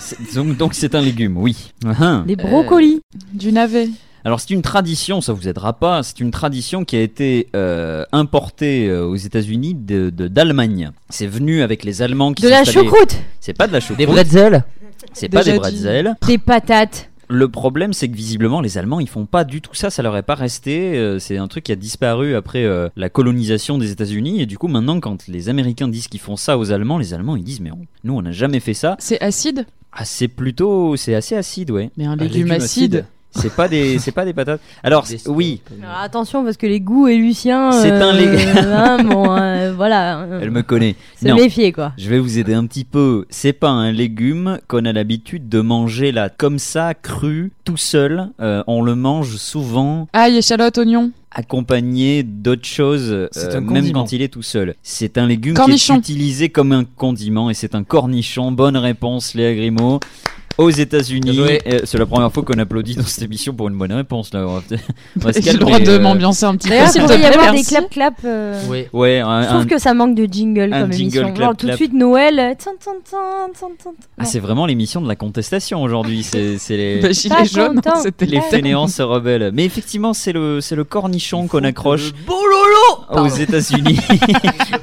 Speaker 5: C'est- Donc donc c'est un légume, oui. Ah,
Speaker 12: Des
Speaker 5: euh,
Speaker 12: brocolis.
Speaker 9: Du navet.
Speaker 5: alors c'est une tradition, ça vous aidera pas, c'est une tradition qui a été euh, importée euh, aux États-Unis de- de- d'Allemagne. c'est venu avec les Allemands qui
Speaker 12: De la
Speaker 5: s'installaient-
Speaker 12: choucroute
Speaker 5: C'est pas de la choucroute.
Speaker 13: Des bretzels
Speaker 5: C'est pas
Speaker 12: Déjà
Speaker 5: des
Speaker 12: dit.
Speaker 5: bretzels.
Speaker 12: Des patates.
Speaker 5: Le problème, c'est que visiblement, les Allemands, ils font pas du tout ça. Ça leur est pas resté. Euh, c'est un truc qui a disparu après euh, la colonisation des États-Unis. Et du coup, maintenant, quand les Américains disent qu'ils font ça aux Allemands, les Allemands, ils disent mais on- nous, on n'a jamais fait ça.
Speaker 9: C'est acide.
Speaker 5: Ah, c'est plutôt, c'est assez acide, ouais. Ah,
Speaker 9: Mais un légume légume acide. acide.
Speaker 5: C'est pas des, c'est pas des patates. Alors c'est- oui,
Speaker 12: Alors, Ah, attention, parce que les goûts et Lucien.
Speaker 5: C'est
Speaker 12: euh,
Speaker 5: un lég-
Speaker 12: hein, bon, euh, voilà.
Speaker 5: elle me connaît.
Speaker 12: Se méfier, quoi.
Speaker 5: Je vais vous aider un petit peu. C'est pas un légume qu'on a l'habitude de manger là, comme ça, cru, tout seul. Euh, on le mange souvent
Speaker 9: Ail, échalote, oignon.
Speaker 5: accompagné d'autres choses, euh,
Speaker 16: C'est un
Speaker 5: même
Speaker 16: condiment.
Speaker 5: quand il est tout seul. C'est un légume
Speaker 9: Cornichon.
Speaker 5: qui est utilisé comme un condiment et c'est un cornichon. Bonne réponse, Léa Grimaud. Aux États-Unis,
Speaker 13: Bien joué.
Speaker 5: Euh, c'est la première fois qu'on applaudit dans cette émission pour une bonne réponse. Là, on va- on va se
Speaker 9: J'ai le
Speaker 5: calmer,
Speaker 9: droit de
Speaker 5: euh.
Speaker 9: m'ambiancer un petit peu.
Speaker 12: D'ailleurs, il
Speaker 9: s'il
Speaker 12: pourrait
Speaker 9: te
Speaker 12: y
Speaker 9: plaît,
Speaker 12: avoir des
Speaker 9: merci.
Speaker 12: clap-clap. euh,
Speaker 13: Oui.
Speaker 5: Ouais, un-
Speaker 12: Je trouve
Speaker 5: un-
Speaker 12: que ça manque de jingle
Speaker 5: un
Speaker 12: comme
Speaker 5: jingle
Speaker 12: émission.
Speaker 5: clap,
Speaker 12: Genre, tout de
Speaker 5: clap.
Speaker 12: suite, Noël. euh, tin, tin, tin, tin, tin, tin.
Speaker 5: Ah, c'est vraiment l'émission de la contestation aujourd'hui. C'est c'est les.
Speaker 9: Bah, gilet
Speaker 12: Pas
Speaker 9: jaune,
Speaker 12: content.
Speaker 9: c'était
Speaker 5: les
Speaker 9: le thème.
Speaker 5: fainéants se rebellent. Mais effectivement, c'est le, c'est le cornichon qu'on accroche
Speaker 13: Bololo
Speaker 5: aux États-Unis.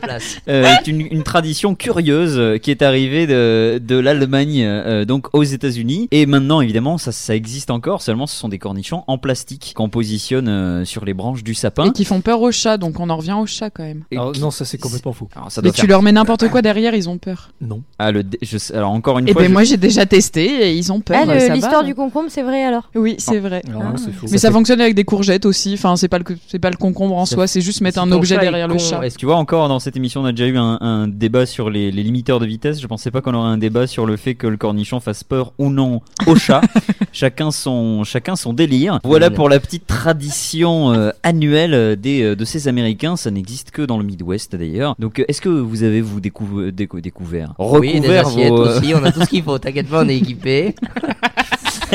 Speaker 13: place.
Speaker 5: Euh, est une, une tradition curieuse euh, qui est arrivée de, de l'Allemagne, euh, donc aux États-Unis. Et maintenant, évidemment, ça, ça existe encore. Seulement, ce sont des cornichons en plastique qu'on positionne euh, sur les branches du sapin.
Speaker 9: Et qui font peur aux chats, donc on en revient aux chats quand même.
Speaker 5: Et
Speaker 16: Alors,
Speaker 5: qui-
Speaker 16: non, ça c'est complètement fou.
Speaker 5: Alors, ça
Speaker 9: Mais
Speaker 5: doit
Speaker 9: tu
Speaker 5: faire-
Speaker 9: leur mets n'importe quoi derrière, ils ont peur.
Speaker 16: Non.
Speaker 5: Ah, le dé- je sais- Alors, encore une
Speaker 9: Et
Speaker 5: fois.
Speaker 9: ben
Speaker 5: je-
Speaker 9: moi j'ai déjà testé et ils ont peur.
Speaker 12: Ah, le-
Speaker 9: ça va. hein.
Speaker 12: L'histoire du concombre, c'est vrai alors
Speaker 9: Oui, c'est
Speaker 5: Ah.
Speaker 9: vrai.
Speaker 16: Alors, non, c'est faux.
Speaker 9: Ah. Mais ça,
Speaker 13: fait-
Speaker 9: fonctionne avec des courgettes aussi. Enfin, c'est pas le c'est pas le concombre en
Speaker 13: Ça
Speaker 9: soi, c'est juste mettre
Speaker 13: Si
Speaker 9: un
Speaker 13: ton
Speaker 9: objet
Speaker 13: chat est
Speaker 9: derrière le
Speaker 13: con,
Speaker 9: chat.
Speaker 13: est-ce
Speaker 5: Tu vois, encore dans cette émission, on a déjà eu un, un débat sur les, les limiteurs de vitesse. Je pensais pas qu'on aurait un débat sur le fait que le cornichon fasse peur ou non au chat. chacun, son, chacun son délire. Euh, Voilà pour la petite tradition euh, annuelle euh, des, euh, de ces Américains. Ça n'existe que dans le Midwest d'ailleurs. Donc, euh, est-ce que vous avez, vous, découv- décou- découvert
Speaker 13: Oui, des
Speaker 5: Recouvert
Speaker 13: assiettes
Speaker 5: vos-
Speaker 13: aussi, on a tout ce qu'il faut. T'inquiète pas, on est équipé.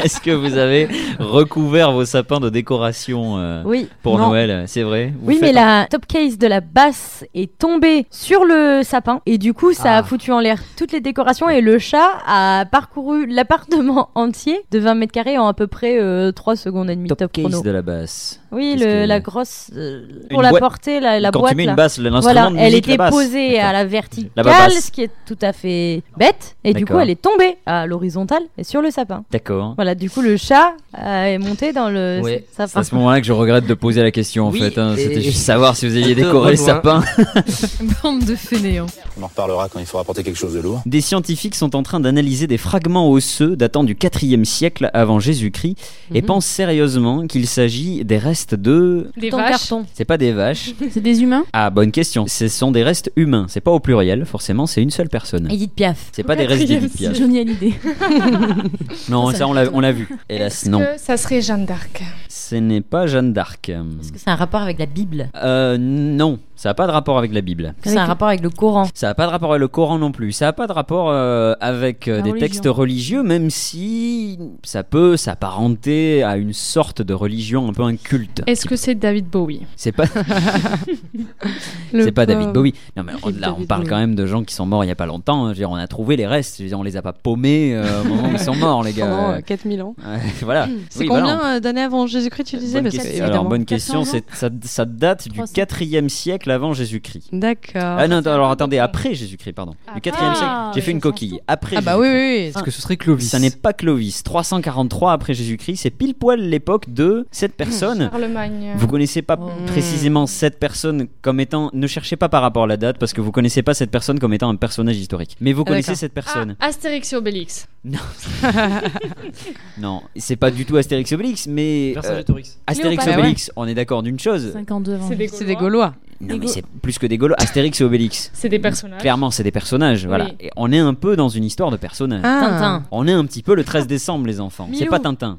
Speaker 5: Est-ce que vous avez recouvert vos sapins de décoration euh,
Speaker 12: Oui.
Speaker 5: pour
Speaker 12: Non.
Speaker 5: Noël C'est vrai Vous
Speaker 12: oui, mais
Speaker 5: faites
Speaker 12: la top case de la basse est tombée sur le sapin et du coup, ça
Speaker 5: Ah.
Speaker 12: a foutu en l'air toutes les décorations et le chat a parcouru l'appartement entier de 20 mètres carrés en à peu près euh, 3 secondes et demie
Speaker 5: un
Speaker 12: top,
Speaker 5: top
Speaker 12: chrono.
Speaker 5: case de la basse.
Speaker 12: Oui,
Speaker 5: Qu'est-ce
Speaker 12: le-
Speaker 5: que-
Speaker 12: la grosse euh, pour
Speaker 5: Une
Speaker 12: la
Speaker 5: boîte-
Speaker 12: portée, la, la
Speaker 5: Quand tu
Speaker 12: boîte.
Speaker 5: mets une
Speaker 12: là.
Speaker 5: basse, l'instrument
Speaker 12: Voilà,
Speaker 5: de
Speaker 12: elle
Speaker 5: musique, la
Speaker 12: était
Speaker 5: basse.
Speaker 12: posée
Speaker 5: D'accord.
Speaker 12: à la
Speaker 5: La
Speaker 12: verticale,
Speaker 5: babasse.
Speaker 12: ce qui est tout à fait bête, et du
Speaker 5: D'accord.
Speaker 12: coup, elle est tombée à l'horizontale et sur le sapin.
Speaker 5: D'accord.
Speaker 12: Voilà, du coup, le chat euh, est monté dans le
Speaker 13: Ouais.
Speaker 5: C'est
Speaker 12: sapin.
Speaker 5: à ce moment-là que je regrette de poser la question en
Speaker 13: Oui,
Speaker 5: fait. hein. C'était
Speaker 13: et-
Speaker 5: juste savoir si vous aviez
Speaker 13: Je te
Speaker 5: décoré le
Speaker 13: rejoins.
Speaker 5: sapin.
Speaker 12: Bande de fainéants.
Speaker 2: On en reparlera quand il faudra porter quelque chose de lourd.
Speaker 5: Des scientifiques sont en train d'analyser des fragments osseux datant du 4e siècle avant Jésus-Christ et
Speaker 17: Mhm.
Speaker 5: pensent sérieusement qu'il s'agit des restes de.
Speaker 17: Des
Speaker 12: Ton
Speaker 17: vaches.
Speaker 12: carton.
Speaker 5: C'est pas des vaches.
Speaker 17: C'est des humains
Speaker 5: Ah, bonne question. Ce sont des restes humains. C'est pas au pluriel, forcément, c'est une seule personne.
Speaker 12: Edith Piaf.
Speaker 5: C'est pas des restes d'Edith Piaf.
Speaker 17: Johnny Hallyday.
Speaker 5: Non,
Speaker 17: Ça,
Speaker 5: ça, on l'a on l'a vu. Hélas, non.
Speaker 18: Que ça serait Jeanne d'Arc.
Speaker 5: Ce n'est pas Jeanne d'Arc.
Speaker 12: C'est un rapport avec la Bible.
Speaker 5: Euh, non, ça n'a pas de rapport avec la Bible.
Speaker 12: C'est un rapport avec le Coran.
Speaker 5: Ça n'a pas de rapport avec le Coran non plus. Ça n'a pas de rapport euh, avec euh,
Speaker 12: La
Speaker 5: des
Speaker 12: religion.
Speaker 5: textes religieux, même si ça peut s'apparenter à une sorte de religion un peu un culte.
Speaker 10: Est-ce que c'est David Bowie
Speaker 5: C'est pas,
Speaker 10: Le
Speaker 5: c'est pas David
Speaker 10: pauvre.
Speaker 5: Bowie. Non mais on- là, on
Speaker 10: David
Speaker 5: parle
Speaker 10: Bowie.
Speaker 5: quand même de gens qui sont morts il y a pas longtemps. hein. Je veux dire, on a trouvé les restes. Je veux dire, on les a pas paumés euh, au moment où ils sont morts, les gars.
Speaker 9: Pendant, euh, 4000 ans.
Speaker 5: Ouais, voilà.
Speaker 9: C'est
Speaker 5: Oui, voilà,
Speaker 9: combien euh, d'années avant Jésus-Christ tu disais
Speaker 5: Bonne
Speaker 9: Parce que,
Speaker 5: question.
Speaker 9: évidemment,
Speaker 5: Alors, bonne question,
Speaker 9: 400 ans.
Speaker 5: c'est, ça, ça date du
Speaker 9: 300.
Speaker 5: 4e siècle avant Jésus-Christ.
Speaker 9: D'accord.
Speaker 5: Ah non, attends, alors attendez, après Jésus-Christ, pardon. Du 4e
Speaker 9: Ah,
Speaker 5: siècle, j'ai fait une coquille. Après
Speaker 9: Ah bah oui,
Speaker 5: Jésus-Christ.
Speaker 9: oui, oui. Est-ce que ce serait Clovis
Speaker 5: Ça n'est pas Clovis. 343 après Jésus-Christ, c'est pile poil l'époque de cette personne.
Speaker 9: Mmh.
Speaker 10: Charlemagne.
Speaker 5: Vous connaissez pas précisément cette personne comme étant. Ne cherchez pas par rapport à la date parce que vous connaissez pas cette personne comme étant un personnage historique. Mais vous
Speaker 10: Ah,
Speaker 5: connaissez
Speaker 10: d'accord.
Speaker 5: cette personne.
Speaker 10: Astérix et Obélix.
Speaker 5: Non.
Speaker 9: Ah.
Speaker 5: Non, c'est pas du tout Astérix et Obélix, mais.
Speaker 16: Personnage
Speaker 5: euh,
Speaker 16: d'Orix.
Speaker 5: Astérix et
Speaker 16: Cléopâtre.
Speaker 5: Obélix, on est d'accord d'une chose.
Speaker 10: 52
Speaker 9: C'est des C'est des Gaulois.
Speaker 5: Non, mais c'est plus que des Gaulois. Astérix et Obélix.
Speaker 10: C'est des personnages.
Speaker 5: Clairement, c'est des personnages, voilà. Et on est un peu dans une histoire de personnages.
Speaker 10: Ah. Tintin.
Speaker 5: On est un petit peu le 13 décembre, les enfants. C'est
Speaker 10: Milou.
Speaker 5: pas Tintin.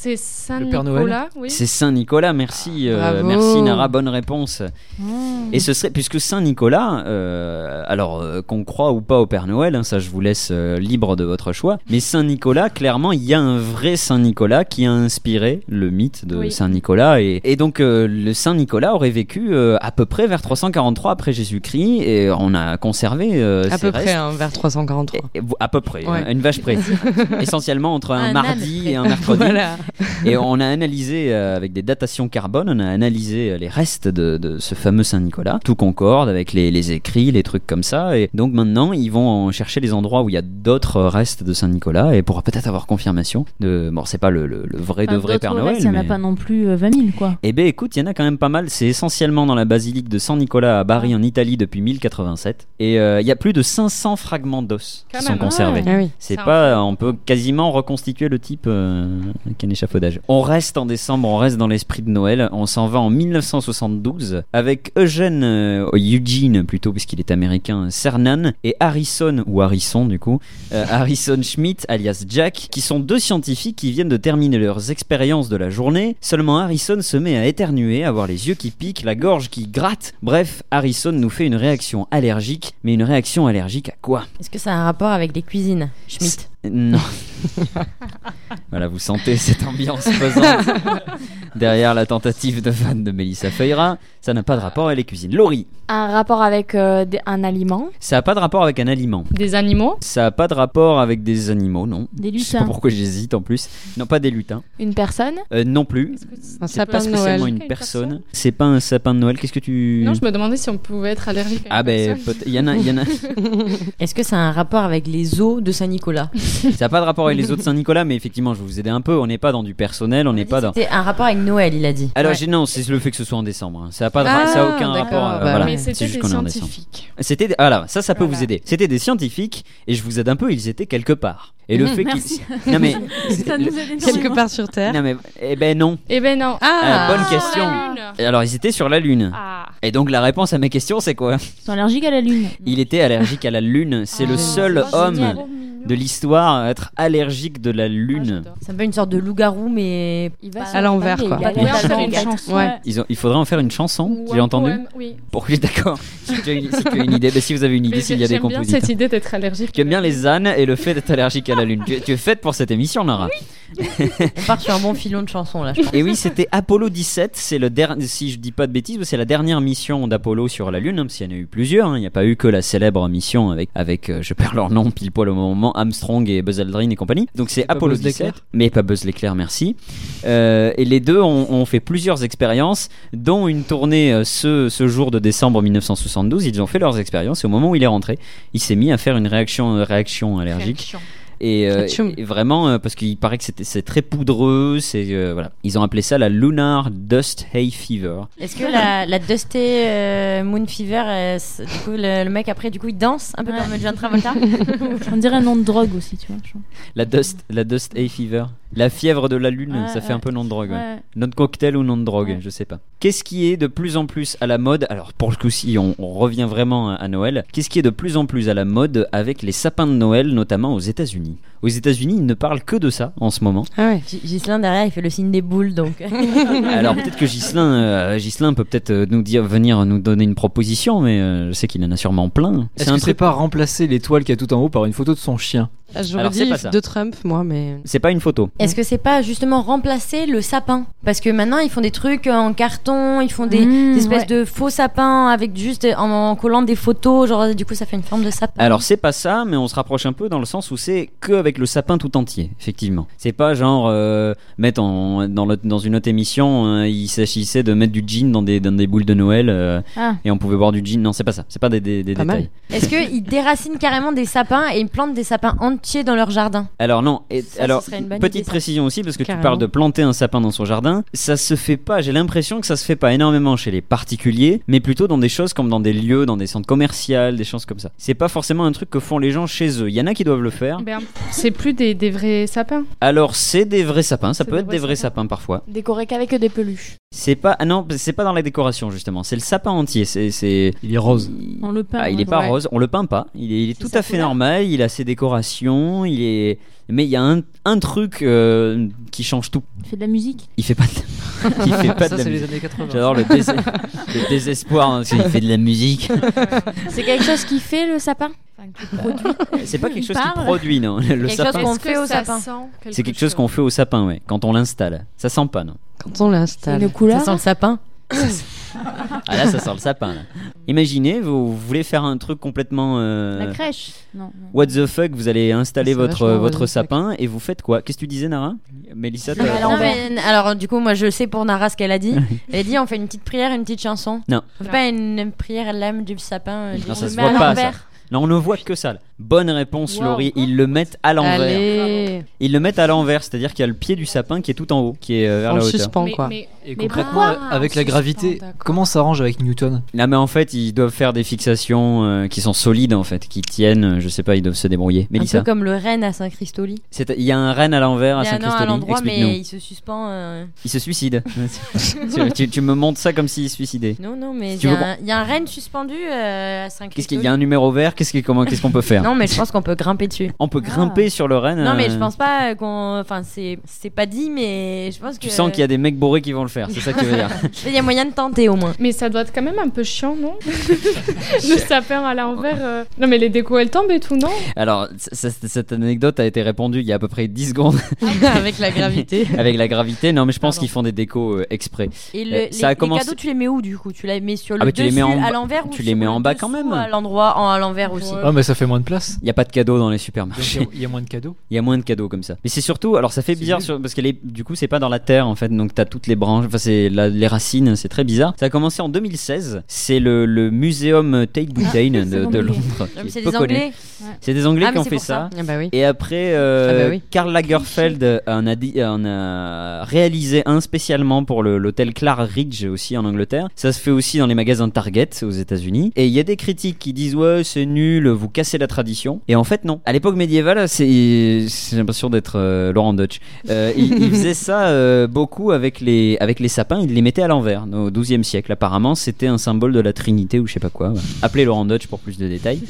Speaker 10: C'est Saint
Speaker 16: Le Père Noël.
Speaker 10: Nicolas, oui.
Speaker 5: C'est Saint Nicolas, merci,
Speaker 10: Ah,
Speaker 5: euh,
Speaker 10: bravo.
Speaker 5: merci Nara, bonne réponse.
Speaker 10: Mm.
Speaker 5: Et ce serait puisque Saint Nicolas, euh, alors euh, qu'on croit ou pas au Père Noël, hein, ça je vous laisse euh, libre de votre choix. Mais Saint Nicolas, clairement, il y a un vrai Saint Nicolas qui a inspiré le mythe de
Speaker 10: Oui.
Speaker 5: Saint Nicolas. Et, et donc euh, le Saint Nicolas aurait vécu euh, à peu près vers 343 après Jésus-Christ et on a conservé euh,
Speaker 9: À
Speaker 5: ses
Speaker 9: peu près,
Speaker 5: restes.
Speaker 9: hein, vers 343.
Speaker 5: Et- À peu près,
Speaker 9: Ouais.
Speaker 5: hein, une vache près. Essentiellement entre un,
Speaker 9: Un âne
Speaker 5: mardi
Speaker 9: près.
Speaker 5: et un mercredi.
Speaker 9: Voilà.
Speaker 5: Et on a analysé, euh, avec des datations carbone, on a analysé euh, les restes de, de ce fameux Saint-Nicolas. Tout concorde avec les, les écrits, les trucs comme ça. Et donc maintenant, ils vont en chercher les endroits où il y a d'autres restes de Saint-Nicolas et pourra peut-être avoir confirmation de. Bon, c'est pas le, le- le vrai de
Speaker 19: Enfin,
Speaker 5: vrai Père
Speaker 19: d'autres
Speaker 5: Noël.
Speaker 19: restes, Il n'y en a
Speaker 5: mais-
Speaker 19: pas non plus euh, 20 000, quoi.
Speaker 5: eh bien écoute, il y en a quand même pas mal. C'est essentiellement dans la basilique de San Nicolas à Bari en Italie depuis 1087. Et euh, il y a plus de 500 fragments d'os
Speaker 10: Quand
Speaker 5: qui sont
Speaker 10: même.
Speaker 5: conservés.
Speaker 10: Ah oui.
Speaker 5: C'est
Speaker 10: Ça,
Speaker 5: pas, on peut quasiment reconstituer le type euh, avec un échafaudage. On reste en décembre, on reste dans l'esprit de Noël. On s'en va en 1972 avec Eugène, euh, Eugene plutôt puisqu'il est américain, Cernan et Harrison ou Harrison du coup, euh, Harrison Schmidt alias Jack, qui sont deux scientifiques qui viennent de terminer leurs expériences de la journée. Seulement Harrison se met à éternuer, à avoir les yeux qui piquent, la gorge qui gratte. Bref, Harrison nous fait une réaction allergique, mais une réaction allergique à quoi
Speaker 12: Est-ce que ça a un rapport avec les cuisines, Schmitt
Speaker 5: Non. voilà, vous sentez cette ambiance pesante derrière la tentative de fan de Mélissa Feyra. Ça n'a pas de rapport avec les cuisines. Laurie,
Speaker 20: Un rapport avec euh, des- un aliment.
Speaker 5: ça n'a pas de rapport avec un aliment.
Speaker 10: Des animaux.
Speaker 5: Ça n'a pas de rapport avec des animaux, non.
Speaker 20: Des
Speaker 5: Je sais pas
Speaker 20: lutins.
Speaker 5: pourquoi j'hésite en plus. Non, pas des lutins.
Speaker 20: Une personne.
Speaker 5: Euh, non plus.
Speaker 20: Un
Speaker 5: C'est
Speaker 20: sapin
Speaker 5: pas
Speaker 20: de
Speaker 5: spécialement
Speaker 20: Noël.
Speaker 5: une personne. C'est pas un sapin de Noël. Qu'est-ce que tu.
Speaker 10: Non, je me demandais si on pouvait être allergique à
Speaker 5: Ah ben, peut- il y en a, il y en a.
Speaker 12: Est-ce que ça a un rapport avec les eaux de Saint-Nicolas
Speaker 5: Ça n'a pas de rapport avec les autres Saint-Nicolas, mais effectivement, je vais vous aider un peu. On n'est pas dans du personnel, on n'est pas dans.
Speaker 12: C'est un rapport avec Noël, il a dit.
Speaker 5: Alors,
Speaker 12: Ouais.
Speaker 5: j'ai- non, c'est le fait que ce soit en décembre. hein. Ça n'a pas de-
Speaker 12: Ah,
Speaker 5: ça a aucun
Speaker 12: d'accord,
Speaker 5: rapport. euh,
Speaker 12: bah
Speaker 5: voilà.
Speaker 12: oui. Mais
Speaker 5: C'est
Speaker 12: c'était
Speaker 5: juste
Speaker 12: des
Speaker 5: qu'on est en décembre. C'était, des- voilà, ça, ça peut vous aider. C'était des scientifiques et je vous aide un peu. Ils étaient quelque part. Et le fait
Speaker 9: Merci.
Speaker 5: qu'ils, non mais,
Speaker 9: Ça nous aide Quelque part sur Terre.
Speaker 5: non mais, eh ben non.
Speaker 10: Eh ben non.
Speaker 5: Ah, bonne question. Et alors, ils étaient sur la Lune. Et donc, la réponse à mes questions, c'est quoi
Speaker 19: Ils sont allergiques à la Lune. Ah,
Speaker 5: Il était allergique à la Lune. C'est le seul
Speaker 12: Ah, c'est génial. Ah,
Speaker 5: homme
Speaker 10: Ah,
Speaker 5: de l'histoire à être allergique de la Lune.
Speaker 12: C'est un peu une sorte de loup-garou, mais
Speaker 20: va
Speaker 12: pas-
Speaker 20: sur- À l'envers,
Speaker 12: pas-
Speaker 20: quoi.
Speaker 12: il a
Speaker 20: Il va
Speaker 12: pas
Speaker 20: faire
Speaker 12: de
Speaker 20: une
Speaker 12: gâte.
Speaker 20: chanson.
Speaker 12: Ouais.
Speaker 5: Ils ont- il faudrait en faire une chanson,
Speaker 10: Ou
Speaker 5: j'ai
Speaker 10: un
Speaker 5: entendu.
Speaker 10: poème, oui.
Speaker 5: Pour lui, d'accord. Si tu as une, si tu as une idée, bah, si vous avez une idée,
Speaker 10: Mais
Speaker 5: s'il y a des
Speaker 10: j'aime bien
Speaker 5: compositeurs.
Speaker 10: cette idée d'être allergique.
Speaker 5: Tu aimes bien les ânes et le fait d'être allergique à la lune. Tu, tu es faite pour cette émission, Nara.
Speaker 12: On part sur un bon filon de chanson, là, je pense.
Speaker 5: Et oui, c'était Apollo 17. C'est le dernier, si je dis pas de bêtises, c'est la dernière mission d'Apollo sur la Lune. hein, parce qu'il y en a eu plusieurs. hein. Il n'y a pas eu que la célèbre mission avec, avec euh, je perds leur nom pile poil au moment, Armstrong et Buzz Aldrin et compagnie. Donc c'est
Speaker 16: pas
Speaker 5: Apollo
Speaker 16: Buzz
Speaker 5: 17,
Speaker 16: l'éclair.
Speaker 5: mais pas Buzz l'éclair, merci. Euh, et les deux ont, ont fait plusieurs expériences, dont une tournée euh, ce, ce jour de décembre 1972. Ils ont fait leurs expériences. Et au moment où il est rentré, il s'est mis à faire une réaction, euh, réaction allergique. Et, euh,
Speaker 9: Atchoum.
Speaker 5: et vraiment, euh, parce qu'il paraît que c'était- c'est très poudreux, c'est euh, voilà. Ils ont appelé ça la Lunar Dust Hay Fever.
Speaker 12: Est-ce que la, la Dusty euh, Moon Fever, euh, c'est- du coup, le, le mec après, du coup, il danse un peu comme John Travolta
Speaker 19: On dirait un nom de drogue aussi, tu vois. je trouve.
Speaker 5: La Dust, la Dust Hay Fever. La fièvre de la lune,
Speaker 19: Ouais,
Speaker 5: ça fait
Speaker 19: ouais.
Speaker 5: un peu nom de drogue. ouais.
Speaker 19: Ouais.
Speaker 5: Nom de cocktail ou nom de drogue, je sais pas. Qu'est-ce qui est de plus en plus à la mode Alors pour le coup-ci, on, on revient vraiment à, à Noël. Qu'est-ce qui est de plus en plus à la mode avec les sapins de Noël, notamment aux États-Unis Aux États-Unis, ils ne parlent que de ça en ce moment.
Speaker 12: G- Ghislain derrière, il fait le signe des boules donc.
Speaker 5: Alors peut-être que Gislin, peut peut-être euh, nous dire, venir nous donner une proposition, mais euh, je sais qu'il en a sûrement plein.
Speaker 16: Est-ce que c'est pas remplacer l'étoile qui a tout en haut par une photo de son chien
Speaker 9: Ah, J'aurais
Speaker 5: Alors, c'est
Speaker 9: dit
Speaker 5: pas ça.
Speaker 9: de Trump, moi, mais.
Speaker 5: C'est pas une photo.
Speaker 12: Est-ce
Speaker 21: Mm.
Speaker 12: que c'est pas justement remplacer le sapin Parce que maintenant ils font des trucs euh, en carton, ils font des,
Speaker 21: Mmh,
Speaker 12: des espèces
Speaker 21: ouais.
Speaker 12: de faux sapins avec juste euh, en, en collant des photos, genre euh, du coup ça fait une forme de sapin.
Speaker 5: Alors c'est pas ça, mais on se rapproche un peu dans le sens où c'est que avec le sapin tout entier, effectivement. C'est pas genre euh, mettre en- dans, le- dans une autre émission, euh, il s'agissait de mettre du gin dans des, dans des boules de Noël euh,
Speaker 12: Ah.
Speaker 5: et on pouvait boire du gin. Non, c'est pas ça. C'est pas des, des- des
Speaker 9: Pas mal.
Speaker 5: détails.
Speaker 12: Est-ce qu'ils déracinent carrément des sapins et ils plantent des sapins entiers dans leur jardin
Speaker 5: Alors non, et,
Speaker 12: Ça, ce
Speaker 5: alors
Speaker 12: serait une bonne
Speaker 5: petite
Speaker 12: idée, ça.
Speaker 5: précision aussi parce que
Speaker 12: Carrément.
Speaker 5: tu parles de planter un sapin dans son jardin, ça se fait pas, j'ai l'impression que ça se fait pas énormément chez les particuliers, mais plutôt dans des choses comme dans des lieux, dans des centres commerciaux, des choses comme ça. C'est pas forcément un truc que font les gens chez eux. Il y en a qui doivent le faire.
Speaker 1: Ben, c'est plus des, des vrais sapins.
Speaker 5: Alors c'est des vrais sapins, ça
Speaker 1: C'est
Speaker 5: peut
Speaker 1: des
Speaker 5: être des
Speaker 1: vrais
Speaker 5: vrais sapins parfois.
Speaker 22: Décoré qu'avec des peluches.
Speaker 5: C'est pas ah non, c'est pas dans la décoration justement, c'est le sapin entier, c'est c'est il est rose.
Speaker 21: On le peint.
Speaker 5: Ah, il
Speaker 21: hein.
Speaker 5: est pas
Speaker 21: Ouais.
Speaker 5: rose, on le peint pas. Il est, il est tout à fait normal, il a ses décorations, il est. Mais il y a un, un truc euh, qui change tout.
Speaker 21: Il fait de la musique.
Speaker 5: Il fait pas de, il fait pas
Speaker 16: Ça,
Speaker 5: de la
Speaker 16: c'est les
Speaker 5: musique.
Speaker 16: années 80.
Speaker 5: J'adore le, dés- le désespoir hein, parce qu'il fait de la musique.
Speaker 22: C'est quelque chose qui fait le sapin Enfin, qui produit
Speaker 5: C'est pas quelque chose
Speaker 22: Parle.
Speaker 5: qui produit, non. Le
Speaker 22: Quelque chose
Speaker 5: sapin,
Speaker 22: qu'on
Speaker 1: Est-ce que
Speaker 22: fait au
Speaker 1: ça
Speaker 22: sapin.
Speaker 1: sent
Speaker 5: c'est quelque chose qu'on fait au sapin, ouais, quand on l'installe. Ça sent pas, non
Speaker 9: Quand on l'installe.
Speaker 22: Une couleur
Speaker 12: Ça sent le sapin
Speaker 5: Ah là, ça sent le sapin. là. Imaginez, vous, vous voulez faire un truc complètement. euh,
Speaker 21: La crèche. Non. non.
Speaker 5: What the fuck, vous allez installer
Speaker 21: C'est
Speaker 5: votre,
Speaker 21: vachement
Speaker 5: votre
Speaker 21: what the
Speaker 5: sapin et vous faites quoi Qu'est-ce que tu disais, Nara Mélissa, t'as-
Speaker 12: alors, mais- alors, du coup, moi je sais pour Nara ce qu'elle a dit. Elle a dit on fait une petite prière, une petite chanson.
Speaker 5: Non.
Speaker 12: On fait pas une prière à l'âme du sapin. euh,
Speaker 5: Non,
Speaker 12: on
Speaker 5: ça
Speaker 12: le
Speaker 5: se
Speaker 12: met à
Speaker 5: voit pas. Ça.
Speaker 12: l'envers.
Speaker 5: Non, on ne voit que ça. là. Bonne réponse,
Speaker 12: Wow.
Speaker 5: Laurie. Ils le mettent à l'envers.
Speaker 9: Allez.
Speaker 5: Ils le mettent à l'envers, c'est-à-dire qu'il y a le pied du sapin qui est tout en haut, qui est euh, vers
Speaker 9: En
Speaker 5: la hauteur.
Speaker 9: suspens,
Speaker 1: Mais-
Speaker 9: quoi.
Speaker 1: mais-
Speaker 16: Et
Speaker 1: mais
Speaker 16: concrètement,
Speaker 1: pourquoi
Speaker 16: avec la gravité, comment ça s'arrange avec Newton
Speaker 5: Non, mais en fait, ils doivent faire des fixations euh, qui sont solides, en fait, qui tiennent. euh, Je sais pas, ils doivent se débrouiller.
Speaker 12: Un
Speaker 5: Mélissa,
Speaker 12: peu comme le renne à Saint-Cristoli.
Speaker 5: c'est- il y a un renne à l'envers à
Speaker 12: Il y a un an à
Speaker 5: Saint-Christoli.
Speaker 12: l'endroit,
Speaker 5: Explique-nous.
Speaker 12: mais il se suspend. euh,
Speaker 5: Il se suicide. tu, tu- tu me montres ça comme s'il se suicidait.
Speaker 12: Non, non, mais il
Speaker 5: Tu
Speaker 12: y, a
Speaker 5: veux
Speaker 12: un- il y a un renne suspendu euh, à Saint-Christophe.
Speaker 5: Qu'est-ce qu'il y a un numéro vert Qu'est-ce qui- comment- qu'est-ce qu'on peut faire
Speaker 12: Non, mais je pense qu'on peut grimper dessus.
Speaker 5: On peut grimper sur le renne.
Speaker 12: Non, mais je
Speaker 5: euh,
Speaker 12: pense pas qu'on. Enfin, c'est c'est pas dit, mais je pense que.
Speaker 5: Tu sens qu'il y a des mecs bourrés qui vont le faire. C'est ça que tu veux dire.
Speaker 12: Il y a moyen de tenter au moins.
Speaker 1: Mais ça doit être quand même un peu chiant, non Le sapin à l'envers. euh. Non, mais les décos, elles tombent et tout, non
Speaker 5: Alors, c- c- cette anecdote a été répandue il y a à peu près 10 secondes
Speaker 23: Avec la gravité.
Speaker 5: avec la gravité. Non, mais je
Speaker 12: Ah
Speaker 5: pense qu'ils font des décos euh, exprès.
Speaker 12: Et le-
Speaker 5: Euh,
Speaker 12: les, les cadeaux, tu les mets où du coup Tu les mets sur le
Speaker 5: Ah, mais tu
Speaker 12: dessus,
Speaker 5: les mets en
Speaker 12: à
Speaker 5: bas-
Speaker 12: l'envers ou
Speaker 5: tu les
Speaker 12: sur
Speaker 5: mets en
Speaker 12: le
Speaker 5: bas quand
Speaker 12: dessous,
Speaker 5: même.
Speaker 12: À l'endroit, en- à l'envers aussi.
Speaker 16: Ah, mais ça fait moins de place.
Speaker 5: Il n'y a pas de cadeaux dans les
Speaker 16: Donc,
Speaker 5: supermarchés.
Speaker 16: Il y a- il y, a moins de cadeaux.
Speaker 5: Il y a moins de cadeaux comme ça. Mais c'est surtout, alors ça fait bizarre sur- parce que les- du coup c'est pas dans la terre en fait, donc t'as toutes les branches, enfin c'est la- les racines, c'est très bizarre. Ça a commencé en 2016, c'est le, le muséum Tate Britain de, de
Speaker 12: anglais.
Speaker 5: Londres.
Speaker 12: Ah,
Speaker 5: qui
Speaker 12: mais
Speaker 5: est
Speaker 12: c'est
Speaker 5: peu
Speaker 12: des
Speaker 5: connu.
Speaker 12: Anglais.
Speaker 5: C'est des Anglais
Speaker 12: Ah,
Speaker 5: qui
Speaker 12: mais
Speaker 5: ont
Speaker 12: c'est
Speaker 5: fait
Speaker 12: pour
Speaker 5: ça.
Speaker 12: ça.
Speaker 9: Ah bah oui.
Speaker 5: Et après, euh,
Speaker 9: Ah bah oui.
Speaker 5: Karl Lagerfeld en a, dit- en a euh, réalisé un spécialement pour le- l'hôtel Clara Ridge aussi en Angleterre. Ça se fait aussi dans les magasins Target aux États-Unis. Et il y a des critiques qui disent ouais c'est nul, vous cassez la tradition. Et en fait non. À l'époque médiévale, c'est c'est- j'ai l'impression d'être euh, Laurent Dutch. Euh, il, il faisait ça euh, beaucoup avec les avec les sapins. Il les mettait à l'envers. Au XIIe siècle, apparemment, c'était un symbole de la Trinité ou je sais pas quoi. Ouais. Appelez Laurent Dutch pour plus de détails.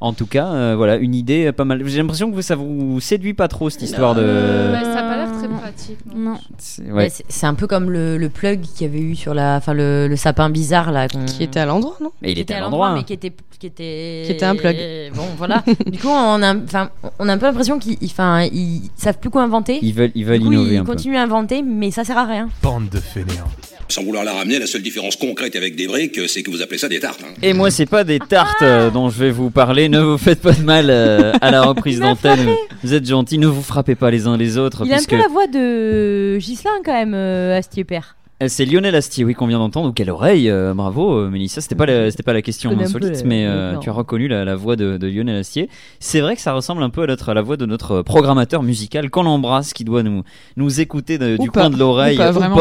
Speaker 5: En tout cas, euh, voilà, une idée euh, pas mal. J'ai l'impression que vous- ça vous séduit pas trop cette histoire de.
Speaker 1: Ouais, ça a pas l'air
Speaker 5: Ah.
Speaker 1: très pratique. Non.
Speaker 5: C'est-
Speaker 12: Ouais,
Speaker 5: ouais.
Speaker 12: Euh, c'est- C'est un peu comme le, le plug qu'il y avait eu sur la, enfin le, le sapin bizarre là,
Speaker 9: Qui était à l'endroit, non
Speaker 5: Mais il
Speaker 12: qui
Speaker 5: était à l'endroit.
Speaker 12: l'endroit,
Speaker 5: hein.
Speaker 12: mais qui était, qui était,
Speaker 9: Qui était un plug.
Speaker 12: Bon, voilà. du coup, on a, enfin, on a un peu l'impression qu'ils, ils- enfin, ils savent plus quoi inventer.
Speaker 5: Ils veulent, ils veulent
Speaker 12: Du coup,
Speaker 5: innover
Speaker 12: ils
Speaker 5: un peu.
Speaker 12: continuent à inventer, mais ça sert à rien.
Speaker 24: Bande de fainéants.
Speaker 7: Sans vouloir la ramener, la seule différence concrète avec des briques, c'est que vous appelez ça des tartes. hein.
Speaker 5: Et moi, c'est pas des tartes euh, dont je vais vous parler. Ne vous faites pas de mal euh, à la reprise d'antenne. Vous êtes gentils, ne vous frappez pas les uns les autres.
Speaker 12: Il a un
Speaker 5: puisque
Speaker 12: peu la voix de Ghislain quand même, euh, Astier Père.
Speaker 5: Euh, C'est Lionel Astier, oui, qu'on vient d'entendre. Ou quelle oreille euh, Bravo, euh, Mélissa. C'était pas, la- c'était pas la question
Speaker 12: Je connais un
Speaker 5: insolite,
Speaker 12: peu, euh,
Speaker 5: mais euh,
Speaker 12: le plan.
Speaker 5: tu as reconnu la, la voix de, de Lionel Astier. C'est vrai que ça ressemble un peu à, notre, à la voix de notre programmateur musical qu'on embrasse, qui doit nous, nous écouter de-
Speaker 23: Ou
Speaker 5: du
Speaker 23: pas.
Speaker 5: coin de l'oreille
Speaker 23: Ou pas, vraiment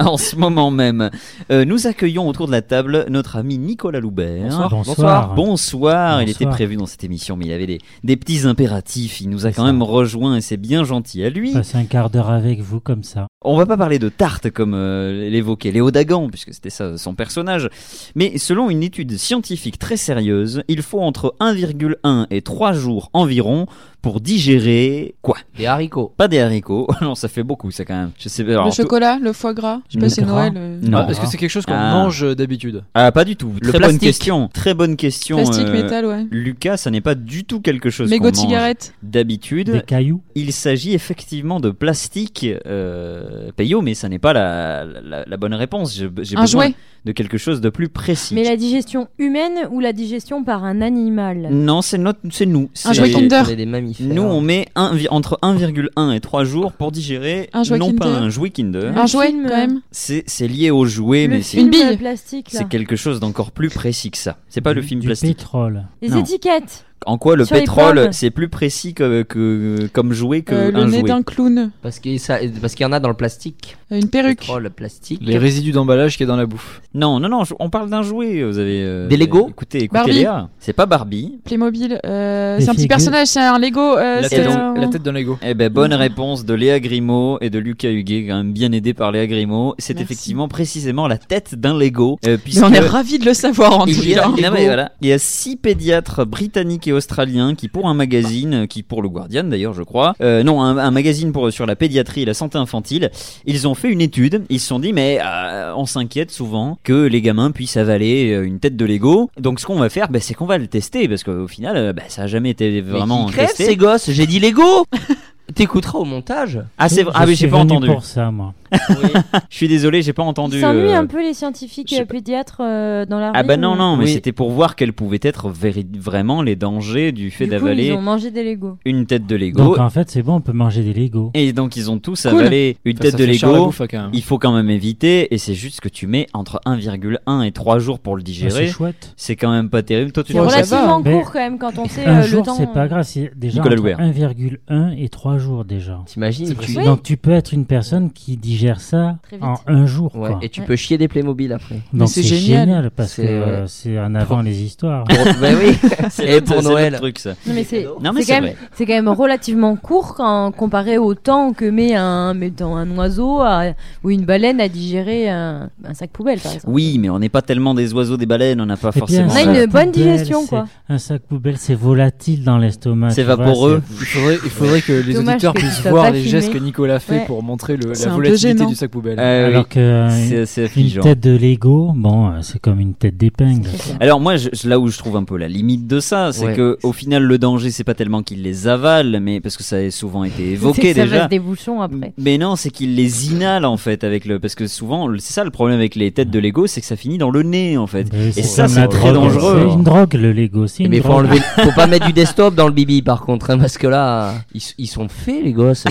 Speaker 5: en ce moment même. Euh, nous accueillons autour de la table notre ami Nicolas Loubert.
Speaker 10: Bonsoir.
Speaker 5: Bonsoir.
Speaker 10: Bonsoir.
Speaker 5: Bonsoir. Il était
Speaker 10: Bonsoir.
Speaker 5: prévu dans cette émission, mais il avait des, des petits impératifs. Il nous a quand même rejoint et c'est bien gentil à lui.
Speaker 10: Passer un quart d'heure avec vous comme ça.
Speaker 5: On va pas parler de tarte comme euh, l'évoquait Léo Dagan, puisque c'était ça son personnage, mais selon une étude scientifique très sérieuse, il faut entre 1,1 et 3 jours environ pour digérer quoi
Speaker 25: Des haricots.
Speaker 5: Pas des haricots. non, ça fait beaucoup, ça quand même. Je sais, alors,
Speaker 9: Le
Speaker 5: tout-
Speaker 9: chocolat, le foie gras. Je sais pas si c'est Noël. euh,
Speaker 5: Non.
Speaker 16: Ah, est-ce que c'est quelque chose qu'on
Speaker 5: Ah.
Speaker 16: mange euh, d'habitude
Speaker 5: Ah, pas du tout.
Speaker 16: Le
Speaker 5: Très bonne
Speaker 16: plastique.
Speaker 5: question. Très bonne question. euh,
Speaker 9: Plastique, métal, ouais.
Speaker 5: Lucas, ça n'est pas du tout quelque chose
Speaker 9: Mégot
Speaker 5: qu'on
Speaker 9: de
Speaker 5: mange
Speaker 9: cigarette.
Speaker 5: d'habitude.
Speaker 10: Des cailloux.
Speaker 5: Il s'agit effectivement de plastique euh, payot, mais ça n'est pas la, la- la bonne réponse. Je- J'ai
Speaker 12: Un
Speaker 5: besoin
Speaker 12: jouet.
Speaker 5: de quelque chose de plus précis.
Speaker 12: Mais la digestion humaine ou la digestion par un animal
Speaker 5: Non, c'est notre, c'est nous.
Speaker 12: Un
Speaker 5: C'est-
Speaker 12: jouet Kinder.
Speaker 25: On est des mammifères.
Speaker 5: Nous, on met un vi- entre 1,1 et 3 jours pour digérer
Speaker 12: Un jouet
Speaker 5: non pas
Speaker 12: Kinder.
Speaker 5: un jouet Kinder.
Speaker 9: Un jouet, quand même.
Speaker 5: C'est c'est lié au jouet, mais c'est
Speaker 12: Une bille plastique, là.
Speaker 5: c'est quelque chose d'encore plus précis que ça. C'est pas le film plastique.
Speaker 10: pétrole.
Speaker 12: Les
Speaker 5: Non.
Speaker 12: étiquettes.
Speaker 5: En quoi le
Speaker 12: Sur les
Speaker 5: pétrole,
Speaker 12: pommes.
Speaker 5: c'est plus précis que, que- comme jouet que
Speaker 9: Euh, le
Speaker 5: un
Speaker 9: nez
Speaker 5: jouet.
Speaker 9: d'un clown.
Speaker 25: Parce qu'il ça- parce qu'il y en a dans le plastique.
Speaker 9: Une perruque.
Speaker 25: Pétrole, plastique.
Speaker 16: Les résidus d'emballage qui est dans la bouffe.
Speaker 5: Non, non, non, je- on parle d'un jouet. Vous avez euh,
Speaker 16: Des Lego
Speaker 5: Écoutez, écoutez
Speaker 9: Barbie.
Speaker 5: Léa, c'est pas Barbie.
Speaker 9: Playmobil. euh,
Speaker 5: Des
Speaker 9: c'est un petit
Speaker 5: figures.
Speaker 9: personnage, c'est un Lego. euh, c'est un-
Speaker 16: d'un Lego.
Speaker 5: Eh ben,
Speaker 9: Mmh.
Speaker 5: bonne réponse de Léa Grimaud et de Lucas Huguet, quand même bien aidé par Léa Grimaud. C'est effectivement précisément la tête d'un Lego. euh,
Speaker 9: Mais on est
Speaker 5: puisque-
Speaker 9: ravis de le savoir en tout
Speaker 5: Il y, a,
Speaker 9: cas.
Speaker 5: non, mais voilà. Il y a six pédiatres britanniques et australiens qui, pour un magazine, qui pour le Guardian d'ailleurs, je crois, euh, non, un, un magazine pour, sur la pédiatrie et la santé infantile, ils ont fait une étude. Ils se sont dit, mais euh, on s'inquiète souvent que les gamins puissent avaler euh, une tête de Lego. Donc ce qu'on va faire, bah, c'est qu'on va le tester parce qu'au final, euh, bah, ça a jamais été vraiment
Speaker 25: qui crèvent,
Speaker 5: testé.
Speaker 25: ces gosses J'ai dit Lego T'écouteras au montage.
Speaker 5: Ah, c'est vrai. Ah oui, j'ai pas entendu.
Speaker 10: pour ça, moi.
Speaker 5: Je suis désolé, j'ai pas entendu.
Speaker 12: Ils s'ennuient
Speaker 5: euh,
Speaker 12: un peu les scientifiques euh, pédiatres euh, dans la
Speaker 5: Ah
Speaker 12: rue,
Speaker 5: bah non
Speaker 12: ou-
Speaker 5: non mais
Speaker 25: Oui.
Speaker 5: c'était pour voir quels pouvaient être véri- vraiment les dangers du fait
Speaker 12: Du coup, ils
Speaker 5: d'avaler
Speaker 12: ont mangé des Legos.
Speaker 5: une tête de Lego.
Speaker 10: Donc hein. en fait, c'est bon, on peut manger des Legos. Ah,
Speaker 5: Et donc ils ont tous
Speaker 10: Cool.
Speaker 5: avalé une
Speaker 10: Ça,
Speaker 5: tête
Speaker 10: ça
Speaker 5: de
Speaker 10: fait cher la
Speaker 5: Lego.
Speaker 10: bouffe, hein, quand même.
Speaker 5: Il faut quand même éviter et c'est juste que tu mets entre 1,1 et 3 jours pour le digérer.
Speaker 10: c'est chouette.
Speaker 5: C'est quand même pas terrible. Toi tu
Speaker 12: C'est
Speaker 5: le fais
Speaker 12: relativement
Speaker 10: Mais
Speaker 12: court quand même quand on sait
Speaker 10: un
Speaker 12: euh,
Speaker 10: jour,
Speaker 12: le temps.
Speaker 10: c'est pas grave. C'est déjà
Speaker 5: Nicolas
Speaker 10: entre
Speaker 5: Loubert.
Speaker 10: 1,1 et 3 jours déjà.
Speaker 25: T'imagines tu...
Speaker 12: Oui.
Speaker 10: Donc tu peux être une personne qui digère ça
Speaker 12: Très vite.
Speaker 10: en un jour.
Speaker 25: Ouais,
Speaker 10: quoi.
Speaker 25: Et tu peux chier des Playmobil après.
Speaker 10: Donc c'est génial. parce que
Speaker 25: C'est,
Speaker 10: euh,
Speaker 25: ouais.
Speaker 10: c'est en avant les histoires.
Speaker 25: Pour- Bah oui.
Speaker 5: C'est
Speaker 25: Et
Speaker 5: notre-
Speaker 25: pour
Speaker 5: c'est notre
Speaker 25: Noël.
Speaker 5: truc ça.
Speaker 12: Non mais c'est
Speaker 5: Non, mais c'est
Speaker 12: c'est quand, même-
Speaker 5: vrai.
Speaker 12: c'est quand même relativement court quand comparé au temps que met un mettant un oiseau à- ou une baleine à digérer un, un sac poubelle par exemple.
Speaker 5: Oui, mais on n'est pas tellement des oiseaux des baleines, on n'a pas
Speaker 10: Et puis, un
Speaker 5: forcément
Speaker 12: On a une
Speaker 10: sac
Speaker 12: bonne
Speaker 10: poubelle,
Speaker 12: digestion,
Speaker 10: c'est-
Speaker 12: quoi.
Speaker 10: Un sac poubelle, c'est volatile dans l'estomac.
Speaker 5: C'est
Speaker 10: tu vois,
Speaker 5: vaporeux.
Speaker 10: c'est-
Speaker 16: Il faudrait, il faudrait que les
Speaker 12: Dommage
Speaker 16: auditeurs
Speaker 12: que tu
Speaker 16: puissent
Speaker 12: sois
Speaker 16: voir
Speaker 12: pas
Speaker 16: les
Speaker 12: filmé.
Speaker 16: gestes que Nicolas fait
Speaker 12: Ouais.
Speaker 16: pour montrer le-
Speaker 12: C'est
Speaker 16: la
Speaker 12: un peu
Speaker 16: volatilité
Speaker 12: gênant.
Speaker 16: du sac poubelle.
Speaker 5: Euh,
Speaker 10: Alors
Speaker 5: oui.
Speaker 10: que
Speaker 5: C'est
Speaker 10: une-
Speaker 5: assez
Speaker 10: une
Speaker 5: affligeant.
Speaker 10: tête de Lego, bon, euh, c'est comme une tête d'épingle.
Speaker 5: Alors moi, je- je- là où je trouve un peu la limite de ça, c'est
Speaker 25: Ouais.
Speaker 5: que au final, le danger, c'est pas tellement qu'ils les avalent, mais parce que ça a souvent été évoqué
Speaker 12: C'est que ça
Speaker 5: déjà.
Speaker 12: reste des bouchons après.
Speaker 5: Mais non, c'est qu'ils les inhalent en fait avec le parce que souvent le- c'est ça le problème avec les têtes de Lego, c'est que ça finit dans le nez en fait.
Speaker 10: Mais
Speaker 5: Et
Speaker 10: Euh, c'est
Speaker 5: ça
Speaker 10: comme
Speaker 5: c'est
Speaker 10: la
Speaker 5: très
Speaker 10: drogue, C'est
Speaker 5: dangereux. hein.
Speaker 10: une drogue le Lego, c'est une
Speaker 25: Mais faut
Speaker 10: drogue.
Speaker 25: enlever, faut pas mettre du desktop dans le bibi par contre, hein, parce que là, ils, s- ils sont faits les gosses.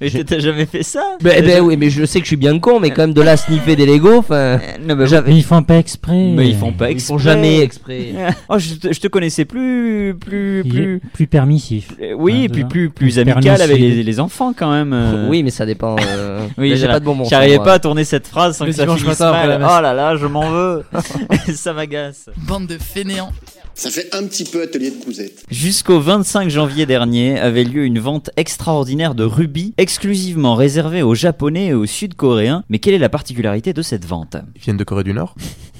Speaker 5: Mais t'as- t'as jamais fait ça
Speaker 25: ben, eh
Speaker 5: T'as
Speaker 25: ben
Speaker 5: jamais-
Speaker 25: oui, mais je sais que je suis bien con, mais quand même de là à sniffer des Lego, enfin, j'avais-
Speaker 10: Mais ils font pas exprès.
Speaker 5: Mais ils font pas
Speaker 25: ils
Speaker 5: exprès.
Speaker 25: font jamais exprès.
Speaker 5: Oh, je te, je te connaissais plus plus
Speaker 10: Il est
Speaker 5: plus.
Speaker 10: plus permissif.
Speaker 5: euh, Oui,
Speaker 10: Hein,
Speaker 5: et
Speaker 25: Ah,
Speaker 5: puis
Speaker 10: déjà.
Speaker 5: plus plus
Speaker 10: Pernicieux.
Speaker 5: amical avec les, les enfants quand même. euh.
Speaker 25: Oui, mais ça dépend. euh,
Speaker 5: Oui,
Speaker 25: mais j'ai
Speaker 5: j'arri-
Speaker 25: pas de bonbons.
Speaker 5: J'arrivais
Speaker 25: moi.
Speaker 5: Mm. pas à tourner cette phrase sans
Speaker 16: Le
Speaker 5: que ça
Speaker 16: dimanche
Speaker 5: finisse
Speaker 16: matin après
Speaker 5: mal.
Speaker 16: la messe.
Speaker 5: Oh là là, je m'en veux. ça m'agace.
Speaker 1: Bande de fainéants.
Speaker 26: Ça fait un petit peu atelier de cousette.
Speaker 5: Jusqu'au 25 janvier dernier avait lieu une vente extraordinaire de rubis, exclusivement réservée aux Japonais et aux Sud-Coréens. Mais quelle est la particularité de cette vente
Speaker 14: Ils viennent de Corée du Nord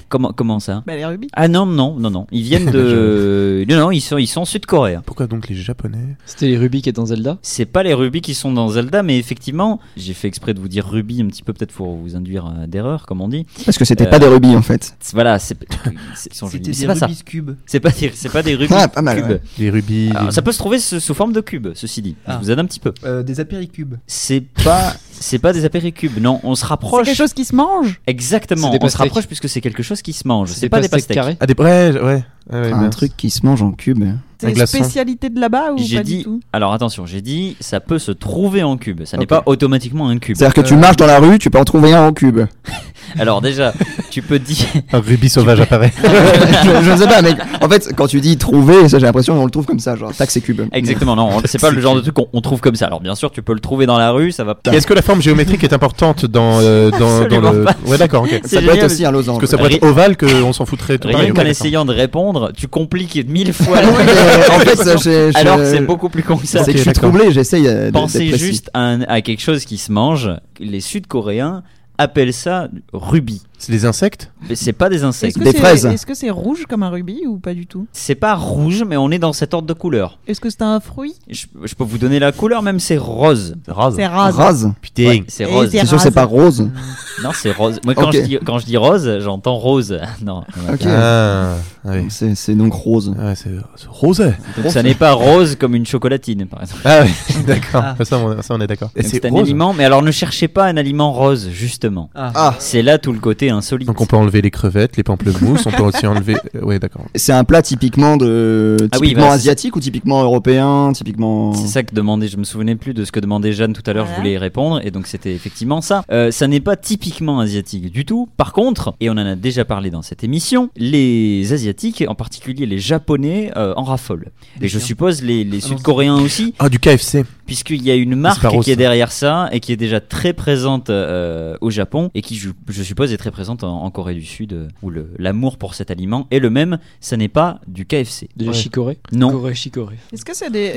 Speaker 5: Comment, comment ça
Speaker 14: Bah, les rubis.
Speaker 5: Ah non, non, non, non. Ils viennent de... non, non, ils sont, ils sont Sud-Coréens.
Speaker 14: Pourquoi donc les Japonais
Speaker 16: C'était les rubis qui est dans Zelda.
Speaker 5: C'est pas les rubis qui sont dans Zelda, mais effectivement, j'ai fait exprès de vous dire rubis un petit peu, peut-être pour vous induire euh, d'erreur, comme on dit.
Speaker 27: Parce que c'était pas des rubis, en fait.
Speaker 5: c'est- Voilà, c'est c'est- ils sont jolis, mais c'est pas ça.
Speaker 25: cubes.
Speaker 5: C'est pas des, c'est pas des rubis
Speaker 27: Ah, pas mal,
Speaker 5: cubes.
Speaker 27: ouais.
Speaker 14: Les rubis.
Speaker 5: Alors,
Speaker 14: les-
Speaker 5: ça peut se trouver sous, sous forme de cube, ceci dit.
Speaker 25: Ah.
Speaker 5: Je vous aide un petit peu.
Speaker 25: Euh, des apéricubes.
Speaker 5: C'est pas, c'est pas des apéricubes. Non, on se
Speaker 9: C'est
Speaker 5: rapproche.
Speaker 9: quelque chose qui se mange.
Speaker 5: Exactement.
Speaker 14: C'est des
Speaker 5: On se
Speaker 14: pastèques.
Speaker 5: rapproche puisque c'est quelque chose qui se mange. C'est
Speaker 14: des
Speaker 5: pas des
Speaker 14: pastèques carrées
Speaker 5: pastèques.
Speaker 14: Ah, des- ouais, ouais, ouais, ouais,
Speaker 27: un
Speaker 14: mince.
Speaker 27: truc qui se mange en cube.
Speaker 5: Un
Speaker 9: C'est
Speaker 5: glaçon.
Speaker 9: spécialité de là-bas ou
Speaker 5: J'ai
Speaker 9: pas du
Speaker 5: dit.
Speaker 9: tout
Speaker 5: Alors attention, j'ai dit ça peut se trouver en cube. Ça n'est pas automatiquement un cube.
Speaker 27: C'est-à-dire que
Speaker 16: Euh,
Speaker 27: tu marches dans la rue, tu peux en trouver un en cube.
Speaker 5: Alors déjà, tu peux dire.
Speaker 14: Un rubis sauvage apparaît.
Speaker 27: je, je ne sais pas, mais en fait, quand tu dis trouver, ça j'ai l'impression qu'on le trouve comme ça, genre tac, c'est cube.
Speaker 5: Exactement. Non, on- c'est pas le genre de truc qu'on on trouve comme ça. Alors bien sûr, tu peux le trouver dans la rue, ça va.
Speaker 14: Est-ce que la forme géométrique est importante dans, euh, dans, dans
Speaker 5: Absolument
Speaker 14: le.
Speaker 5: pas.
Speaker 14: Ouais, d'accord, ok.
Speaker 5: C'est Ça peut génial. être aussi un losange.
Speaker 14: Parce que ça pourrait être
Speaker 5: Ri-
Speaker 14: ovale qu'on s'en foutrait tout pareil,
Speaker 5: Rien
Speaker 14: ok,
Speaker 5: qu'en
Speaker 14: d'accord.
Speaker 5: essayant de répondre, tu compliques mille fois.
Speaker 27: oui, mais en fait, ça, j'ai- j'ai-
Speaker 5: Alors que c'est beaucoup plus con que ça.
Speaker 27: C'est que je suis troublé, j'essaye euh, d'être
Speaker 5: Pensez
Speaker 27: précis.
Speaker 5: juste à, un- à quelque chose qui se mange. Les Sud-Coréens appellent ça rubis.
Speaker 6: C'est des insectes
Speaker 5: Mais c'est pas des insectes.
Speaker 9: Est-ce que c'est- Est-ce que c'est rouge comme un rubis ou pas du tout
Speaker 5: C'est pas rouge, mais on est dans cet ordre de couleur.
Speaker 9: Est-ce que c'est un fruit
Speaker 5: Je, je peux vous donner la couleur, même c'est rose.
Speaker 6: Rose.
Speaker 9: C'est rose.
Speaker 6: Rose.
Speaker 5: Putain,
Speaker 6: Ouais,
Speaker 5: c'est
Speaker 9: Et
Speaker 5: rose.
Speaker 9: c'est T'es sûr que c'est rase. pas
Speaker 7: rose
Speaker 5: Non, c'est rose. Moi, quand,
Speaker 7: Ok.
Speaker 5: je dis, quand je dis rose, j'entends rose. Non.
Speaker 7: Ok.
Speaker 6: Ah,
Speaker 7: C'est c'est donc rose.
Speaker 6: Ouais, c'est rosé.
Speaker 5: Donc ça n'est pas rose comme une chocolatine, par exemple.
Speaker 6: Ah oui, d'accord. Ça, on, ça, on est d'accord.
Speaker 5: Donc, C'est un aliment, mais alors ne cherchez pas un aliment rose, justement.
Speaker 6: Ah.
Speaker 5: C'est là tout le côté insolite.
Speaker 6: Donc on peut enlever les crevettes, les pamplemousses, on peut aussi enlever. euh, Ouais, d'accord.
Speaker 7: C'est un plat typiquement de
Speaker 16: Euh,
Speaker 5: Ah oui,
Speaker 7: typiquement
Speaker 5: bah, c'est-
Speaker 7: asiatique ou typiquement européen, typiquement.
Speaker 5: C'est ça que demandait, je me souvenais plus de ce que demandait Jeanne tout à l'heure, je voulais y répondre, et donc c'était effectivement ça. Euh, ça n'est pas typiquement asiatique du tout, par contre, et on en a déjà parlé dans cette émission, les Asiatiques, en particulier les Japonais, euh, en raffolent.
Speaker 6: Des
Speaker 5: et je
Speaker 6: chiens.
Speaker 5: suppose les, les Sud-Coréens aussi,
Speaker 6: Ah, du KFC.
Speaker 5: puisqu'il y a une
Speaker 6: Sparrows.
Speaker 5: marque qui est derrière ça, et qui est déjà très présente euh, au Japon, et qui, je, je suppose, est très présente en, en Corée du Sud, euh, où le- l'amour pour cet aliment est le même, ça n'est pas du KFC.
Speaker 16: De la chicorée
Speaker 5: Non.
Speaker 16: Corée, chicorée.
Speaker 9: Est-ce que c'est des.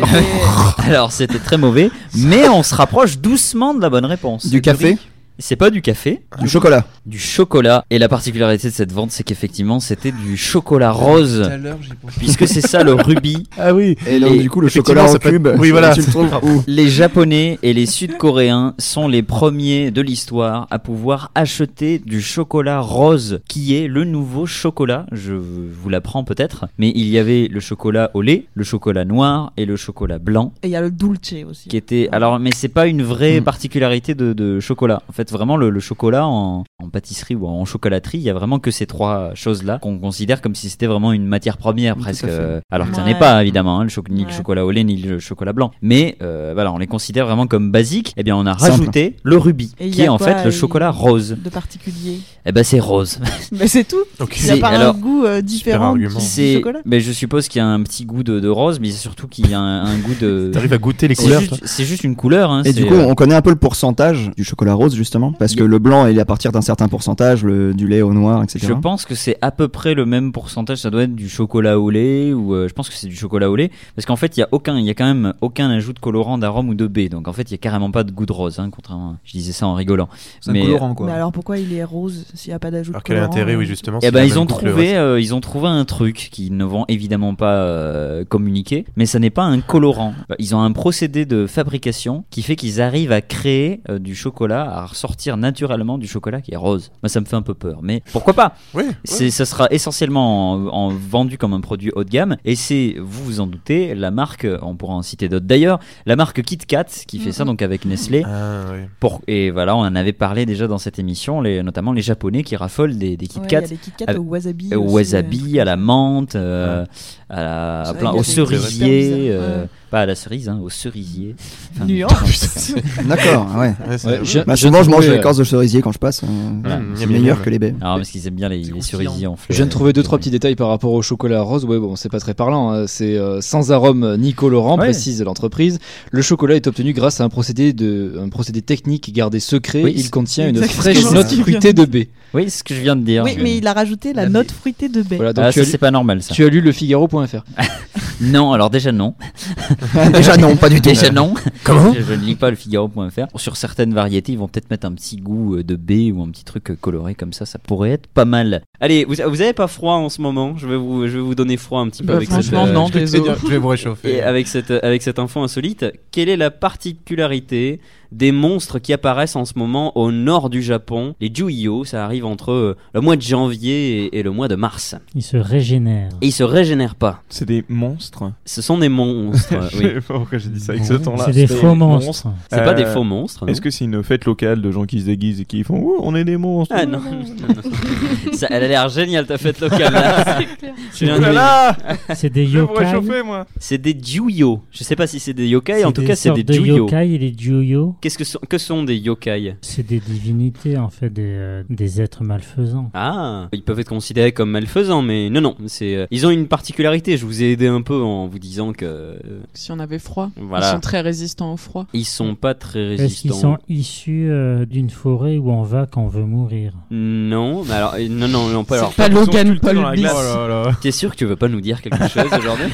Speaker 5: Alors c'était très mauvais, mais on se rapproche doucement de la bonne réponse.
Speaker 7: Du café
Speaker 5: C'est pas du café.
Speaker 7: Du chocolat.
Speaker 5: Du chocolat. Et la particularité de cette vente, c'est qu'effectivement, c'était du chocolat rose.
Speaker 6: Tout à l'heure, j'y pensais.
Speaker 5: Puisque c'est ça le rubis.
Speaker 6: Ah oui.
Speaker 7: Et donc, du coup, le
Speaker 6: Effectivement,
Speaker 7: chocolat en
Speaker 6: ça peut être-
Speaker 7: cube.
Speaker 6: Oui, voilà.
Speaker 7: Tu le trouves où
Speaker 5: Les Japonais et les Sud-Coréens sont les premiers de l'histoire à pouvoir acheter du chocolat rose, qui est le nouveau chocolat. Je vous l'apprends peut-être, mais il y avait le chocolat au lait, le chocolat noir et le chocolat blanc.
Speaker 9: Et il y a le dulce aussi.
Speaker 5: qui était alors mais c'est pas une vraie
Speaker 7: Hmm.
Speaker 5: particularité de, de chocolat en fait vraiment le, le chocolat en, en pâtisserie ou en chocolaterie il y a vraiment que ces trois choses là qu'on considère comme si c'était vraiment une matière première presque
Speaker 7: fait.
Speaker 5: euh, alors que ça n'est
Speaker 7: Ouais.
Speaker 5: pas évidemment hein, le choc- ni le
Speaker 7: Ouais.
Speaker 5: chocolat au lait ni le chocolat blanc mais euh, voilà on les considère vraiment comme basiques et bien on a
Speaker 7: Simple.
Speaker 5: rajouté le rubis
Speaker 9: Et il y
Speaker 5: qui
Speaker 9: a
Speaker 5: est en
Speaker 9: quoi,
Speaker 5: fait le
Speaker 9: euh,
Speaker 5: chocolat rose
Speaker 9: De particulier.
Speaker 5: et ben c'est rose
Speaker 9: Mais c'est tout.
Speaker 5: Ok.
Speaker 9: Il n'y a
Speaker 5: C'est-
Speaker 9: pas
Speaker 5: alors,
Speaker 9: un goût euh, différent du, du
Speaker 5: C'est-
Speaker 9: chocolat.
Speaker 5: mais je suppose qu'il y a un petit goût de, de rose, mais c'est surtout qu'il y a un, un goût de.
Speaker 6: T'arrives à goûter les
Speaker 5: C'est
Speaker 7: couleurs,
Speaker 5: juste-
Speaker 7: toi.
Speaker 5: C'est juste une couleur. hein,
Speaker 7: Et du
Speaker 5: c'est,
Speaker 7: coup,
Speaker 5: euh,
Speaker 7: on connaît un peu le pourcentage du chocolat rose justement, parce que le blanc il est à partir d'un certain pourcentage, le du lait au noir, etc.
Speaker 5: Je pense que c'est à peu près le même pourcentage. Ça doit être du chocolat au lait ou euh, je pense que c'est du chocolat au lait parce qu'en fait il y a aucun, il y a quand même aucun ajout de colorant, d'arôme ou de baie. Donc en fait il y a carrément pas de goût de rose. Hein, contrairement, à- je disais ça en rigolant. Mais-
Speaker 9: Mais alors pourquoi il est rose s'il n'y a pas d'ajout de
Speaker 6: Alors, quel
Speaker 9: colorant,
Speaker 6: intérêt,
Speaker 9: euh
Speaker 6: oui, justement,
Speaker 5: Eh
Speaker 6: s'il
Speaker 5: ben
Speaker 6: a
Speaker 5: ils
Speaker 6: même
Speaker 5: ont
Speaker 6: goût que le
Speaker 5: trouvé, euh, ils ont trouvé un truc qu'ils ne vont évidemment pas euh, communiquer, mais ça n'est pas un colorant. Bah, Ils ont un procédé de fabrication qui fait qu'ils arrivent à créer euh, du chocolat, à ressortir naturellement du chocolat qui est rose. Moi ça me fait un peu peur, mais pourquoi pas
Speaker 6: Oui.
Speaker 5: C'est, ça sera essentiellement en, en vendu comme un produit haut de gamme, et c'est, vous vous en doutez, la marque, on pourra en citer d'autres d'ailleurs, la marque Kit Kat qui fait
Speaker 6: Mm-hmm.
Speaker 5: ça donc avec Nestlé.
Speaker 6: Ah,
Speaker 5: Pour- et voilà, on en avait parlé déjà dans cette émission, les, notamment les Japonais qui raffolent des, des Kit
Speaker 9: Ouais, il y
Speaker 5: Kat.
Speaker 9: a des Kit Kat
Speaker 5: Avec-
Speaker 9: au wasabi
Speaker 5: Ah, au
Speaker 9: aussi,
Speaker 5: Euh,
Speaker 9: euh.
Speaker 5: wasabi, à la menthe, euh, à la, à
Speaker 9: Ça,
Speaker 5: plein,
Speaker 9: il y a
Speaker 5: au
Speaker 9: des trucs super
Speaker 5: cerisier,
Speaker 9: bizarres.
Speaker 5: euh,
Speaker 9: Ouais.
Speaker 5: pas à la cerise, hein, au cerisier. Enfin,
Speaker 9: Nuance.
Speaker 5: putain, c'est-
Speaker 7: D'accord, ouais.
Speaker 5: Ouais, je-
Speaker 7: Bah,
Speaker 5: je
Speaker 7: souvent, je mange
Speaker 5: trouvais,
Speaker 7: les corps de cerisier quand je passe. euh, c'est meilleur que les baies.
Speaker 5: Alors, parce qu'ils aiment bien les, les cerisiers en
Speaker 16: Je viens de trouver deux trois petits détails par rapport au chocolat rose. Ouais, bon, c'est pas très parlant. hein. C'est euh, sans arôme euh, ni colorant,
Speaker 5: Ouais.
Speaker 16: précise l'entreprise. Le chocolat est obtenu grâce à un procédé de un procédé technique gardé secret.
Speaker 5: Oui,
Speaker 16: Il
Speaker 5: c'est
Speaker 16: contient une
Speaker 5: exactement
Speaker 16: fraîche
Speaker 5: ce
Speaker 16: note
Speaker 5: qu'il vient
Speaker 16: fruitée
Speaker 5: de
Speaker 16: de baie.
Speaker 5: Oui, c'est ce que je viens de dire.
Speaker 9: Oui,
Speaker 5: Je-
Speaker 9: mais il a rajouté la, note fruitée de baie.
Speaker 16: Voilà, donc
Speaker 5: Ah,
Speaker 16: tu
Speaker 5: ça,
Speaker 16: as lu-
Speaker 5: c'est pas normal ça.
Speaker 16: Tu as lu le Figaro.fr.
Speaker 5: Non, alors déjà non.
Speaker 7: Déjà non, pas du tout.
Speaker 5: Déjà non.
Speaker 7: Comment
Speaker 5: je, je ne lis pas le Figaro.fr. Sur certaines variétés, ils vont peut-être mettre un petit goût euh, de baie ou un petit truc euh, coloré comme ça. Ça pourrait être pas mal.
Speaker 28: Allez, vous, vous avez pas froid en ce moment Je vais vous, je vais vous donner froid un petit peu
Speaker 9: Bah,
Speaker 28: avec cette.
Speaker 9: franchement, non, Je vais te désolé.
Speaker 6: dire, je vais vous réchauffer.
Speaker 28: Et
Speaker 5: euh,
Speaker 28: avec cette, avec cette info insolite, quelle est la particularité des monstres qui apparaissent en ce moment au nord du Japon Les Juyo, ça arrive entre euh, le mois de janvier et, et le mois de mars.
Speaker 10: Il se régénère.
Speaker 28: Et ils se régénèrent pas.
Speaker 6: C'est des monstres
Speaker 28: Ce sont des monstres.
Speaker 29: Je
Speaker 28: oui.
Speaker 29: sais pas pourquoi j'ai dit ça avec ce ton-là.
Speaker 10: C'est des faux monstres.
Speaker 28: C'est pas
Speaker 6: euh,
Speaker 28: des faux monstres. non.
Speaker 29: Est-ce que c'est une fête locale de gens qui se déguisent et qui font oh, on est des monstres
Speaker 28: Ah non. Ça- elle a l'air géniale ta fête locale là.
Speaker 29: C'est clair.
Speaker 28: Tu viens de
Speaker 29: Oh là là
Speaker 28: dire.
Speaker 10: C'est des Je vais vous yokai. réchauffer, moi.
Speaker 28: C'est des Juyo. Je sais pas si c'est des yokai,
Speaker 10: C'est
Speaker 28: en tout cas c'est
Speaker 10: sortes
Speaker 28: des
Speaker 10: de
Speaker 28: Juyo.
Speaker 10: yokai et des Juyo.
Speaker 28: Qu'est-ce que, sont- que sont des yokai
Speaker 10: C'est des divinités, en fait, des, euh, des êtres malfaisants.
Speaker 28: Ah, ils peuvent être considérés comme malfaisants, mais non, non, c'est euh, ils ont une particularité. Je vous ai aidé un peu en vous disant que euh,
Speaker 9: Si on avait froid,
Speaker 28: Voilà.
Speaker 9: ils sont très résistants au froid.
Speaker 28: ils sont pas très
Speaker 10: Est-ce qu'ils
Speaker 28: résistants.
Speaker 10: sont issus euh, d'une forêt où on va quand on veut mourir
Speaker 28: Non, mais alors euh, non, non,
Speaker 16: non, pas alors.
Speaker 1: pas Logan Paul Bis.
Speaker 16: Oh T'es sûr que tu veux pas nous dire quelque chose aujourd'hui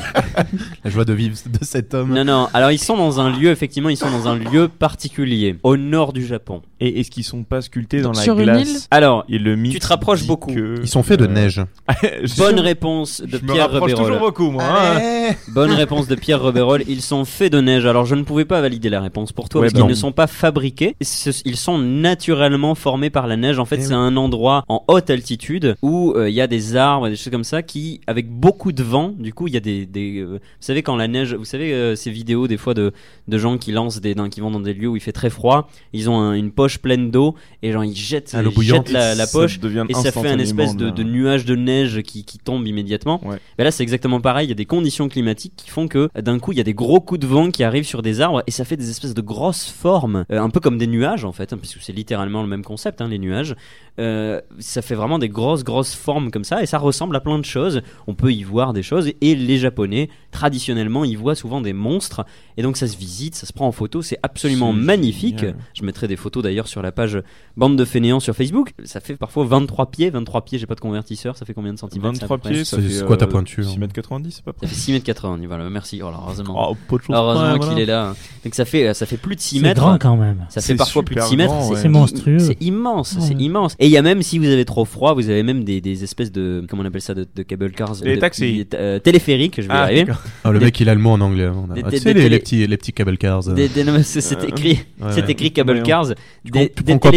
Speaker 6: La joie de vivre de cet homme.
Speaker 16: Non, non. Alors ils sont dans un lieu, effectivement, ils sont dans un lieu particulier, au nord du Japon.
Speaker 30: Et est-ce qu'ils sont pas sculptés dans la
Speaker 16: Sur une
Speaker 30: glace
Speaker 16: île Alors,
Speaker 30: Et le mythe
Speaker 16: tu te rapproches
Speaker 30: dit
Speaker 16: beaucoup.
Speaker 30: que,
Speaker 6: Ils sont faits de
Speaker 30: euh,
Speaker 6: neige.
Speaker 30: je-
Speaker 16: Bonne réponse de
Speaker 30: je me
Speaker 16: Pierre
Speaker 30: rapproche
Speaker 16: Rebérol.
Speaker 30: toujours beaucoup, moi, hein. Allez.
Speaker 16: Bonne réponse de Pierre Rebérol. Ils sont faits de neige. Alors je ne pouvais pas valider la réponse pour toi
Speaker 30: Ouais,
Speaker 16: parce
Speaker 30: bah
Speaker 16: qu'ils
Speaker 30: non.
Speaker 16: ne sont pas fabriqués. Ce- Ils sont naturellement formés par la neige. En fait,
Speaker 30: Eh
Speaker 16: c'est
Speaker 30: oui.
Speaker 16: un endroit en haute altitude où euh, il y a des arbres et des choses comme ça qui, avec beaucoup de vent, du coup, il y a des, des, euh, vous savez quand la neige, vous savez euh, ces vidéos des fois de, de gens qui lancent des, dans- qui vont dans des lieux où il fait très froid. Ils ont un- une poche pleine d'eau et genre ils jettent,
Speaker 30: Ah, l'eau
Speaker 16: ils jettent
Speaker 30: bouillante,
Speaker 16: la, la
Speaker 30: ça
Speaker 16: poche
Speaker 30: devient
Speaker 16: et ça fait un
Speaker 30: instantanément
Speaker 16: espèce de,
Speaker 30: de la-
Speaker 16: de nuage de neige qui, qui tombe immédiatement. Ben là, c'est exactement pareil. Il y a des conditions climatiques qui font que euh, d'un coup, il y a des gros coups de vent qui arrivent sur des arbres et ça fait des espèces de grosses formes, euh, un peu comme des nuages en fait, hein, puisque c'est littéralement le même concept, hein, les nuages. Euh, ça fait vraiment des grosses, grosses formes comme ça et ça ressemble à plein de choses. On peut y voir des choses et les Japonais, traditionnellement, y voient souvent des monstres et donc ça se visite, ça se prend en photo, c'est absolument
Speaker 30: C'est
Speaker 16: magnifique.
Speaker 30: génial.
Speaker 16: Je mettrai des photos d'ailleurs sur la page Bande de Fainéants sur Facebook. Ça fait parfois 23 pieds, 23 pieds, j'ai pas de convertisseur, ça fait combien de centimètres ça, à
Speaker 30: 23
Speaker 16: peu près
Speaker 30: pieds, ça
Speaker 6: C'est-
Speaker 30: fait
Speaker 6: c'est quoi ta
Speaker 30: euh,
Speaker 6: pointure
Speaker 30: 6m90, c'est pas près.
Speaker 16: ça fait 6 mètres 80, voilà, merci. Oh là, heureusement.
Speaker 10: Ah,
Speaker 30: Oh, pas de chance.
Speaker 16: heureusement
Speaker 30: Ouais,
Speaker 16: qu'il
Speaker 30: voilà.
Speaker 16: est là. Donc ça fait, ça fait plus de 6
Speaker 10: C'est
Speaker 16: mètres.
Speaker 10: grand quand même.
Speaker 16: Ça fait
Speaker 10: C'est
Speaker 16: parfois plus de
Speaker 10: super
Speaker 16: 6 mètres.
Speaker 10: grand, ouais. C'est monstrueux.
Speaker 16: C'est immense,
Speaker 10: Ouais.
Speaker 16: c'est immense. Et il y a même, si vous avez trop froid, vous avez même des, des espèces de, comment on appelle ça, de, de cable cars.
Speaker 30: Les
Speaker 16: de
Speaker 30: taxis.
Speaker 16: petits, euh, téléphériques, je vais y
Speaker 30: Ah,
Speaker 16: arriver.
Speaker 30: d'accord.
Speaker 6: Ah, le
Speaker 16: Des-
Speaker 6: mec, il a le mot en anglais avant.
Speaker 16: Des-
Speaker 6: Ah,
Speaker 16: des-
Speaker 6: tu sais, les,
Speaker 16: des télé-
Speaker 6: les petits, les petits cable cars. euh.
Speaker 16: Des, des- non, mais c'est c'est
Speaker 30: Euh,
Speaker 16: écrit,
Speaker 6: ouais,
Speaker 16: c'est
Speaker 6: ouais.
Speaker 16: écrit cable
Speaker 30: Voyons.
Speaker 16: cars.
Speaker 6: Tu com- tu prends quoi pour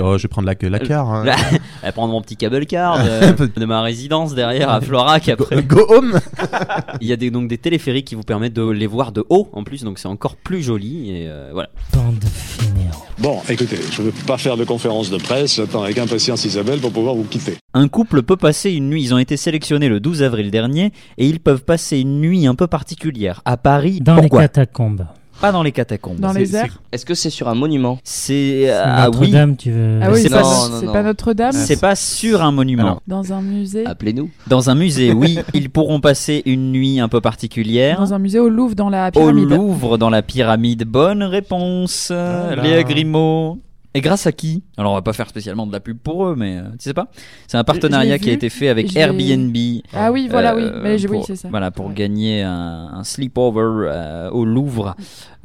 Speaker 6: rentrer Oh, Je vais prendre la, la car. hein.
Speaker 16: Là, à prendre mon petit cable car euh, de, ma résidence derrière à Florac après.
Speaker 6: Go home
Speaker 16: Il y a des, donc des téléphériques qui vous permettent de les voir de haut en plus, donc c'est encore plus joli et euh, voilà.
Speaker 31: Bon, écoutez, je ne veux pas faire de conférence de presse. J'attends avec impatience Isabelle pour pouvoir vous quitter.
Speaker 5: Un couple peut passer une nuit, ils ont été sélectionnés le 12 avril dernier, et ils peuvent passer une nuit un peu particulière, à Paris.
Speaker 10: Dans les
Speaker 5: Pourquoi
Speaker 10: catacombes.
Speaker 5: Pas dans les catacombes.
Speaker 9: Dans
Speaker 5: C'est-
Speaker 9: les
Speaker 5: c'est-
Speaker 9: airs
Speaker 32: Est-ce que c'est sur un monument
Speaker 5: C'est... Ah oui
Speaker 10: Notre-Dame, tu veux.
Speaker 9: Ah oui, c'est
Speaker 5: Non,
Speaker 9: pas,
Speaker 5: non,
Speaker 9: c'est
Speaker 5: non.
Speaker 9: pas Notre-Dame
Speaker 5: C'est pas sur un monument.
Speaker 9: Dans un musée
Speaker 32: Appelez-nous.
Speaker 5: Dans un musée, oui, ils pourront passer une nuit un peu particulière.
Speaker 9: Dans un musée au Louvre, dans la
Speaker 5: Au
Speaker 9: pyramide.
Speaker 5: Louvre, dans la pyramide. Bonne réponse, euh,
Speaker 16: Voilà.
Speaker 5: Léa Grimaud. Et grâce à qui Alors, on va pas faire spécialement de la pub pour eux, mais euh, tu sais pas. C'est un partenariat
Speaker 9: je l'ai
Speaker 5: qui a
Speaker 9: vu,
Speaker 5: été fait avec
Speaker 9: je l'ai-
Speaker 5: Airbnb. euh,
Speaker 9: Ah oui, voilà, oui, mais je- oui,
Speaker 5: pour- bah,
Speaker 9: c'est ça.
Speaker 5: Voilà, pour gagner un, un sleepover euh, au Louvre.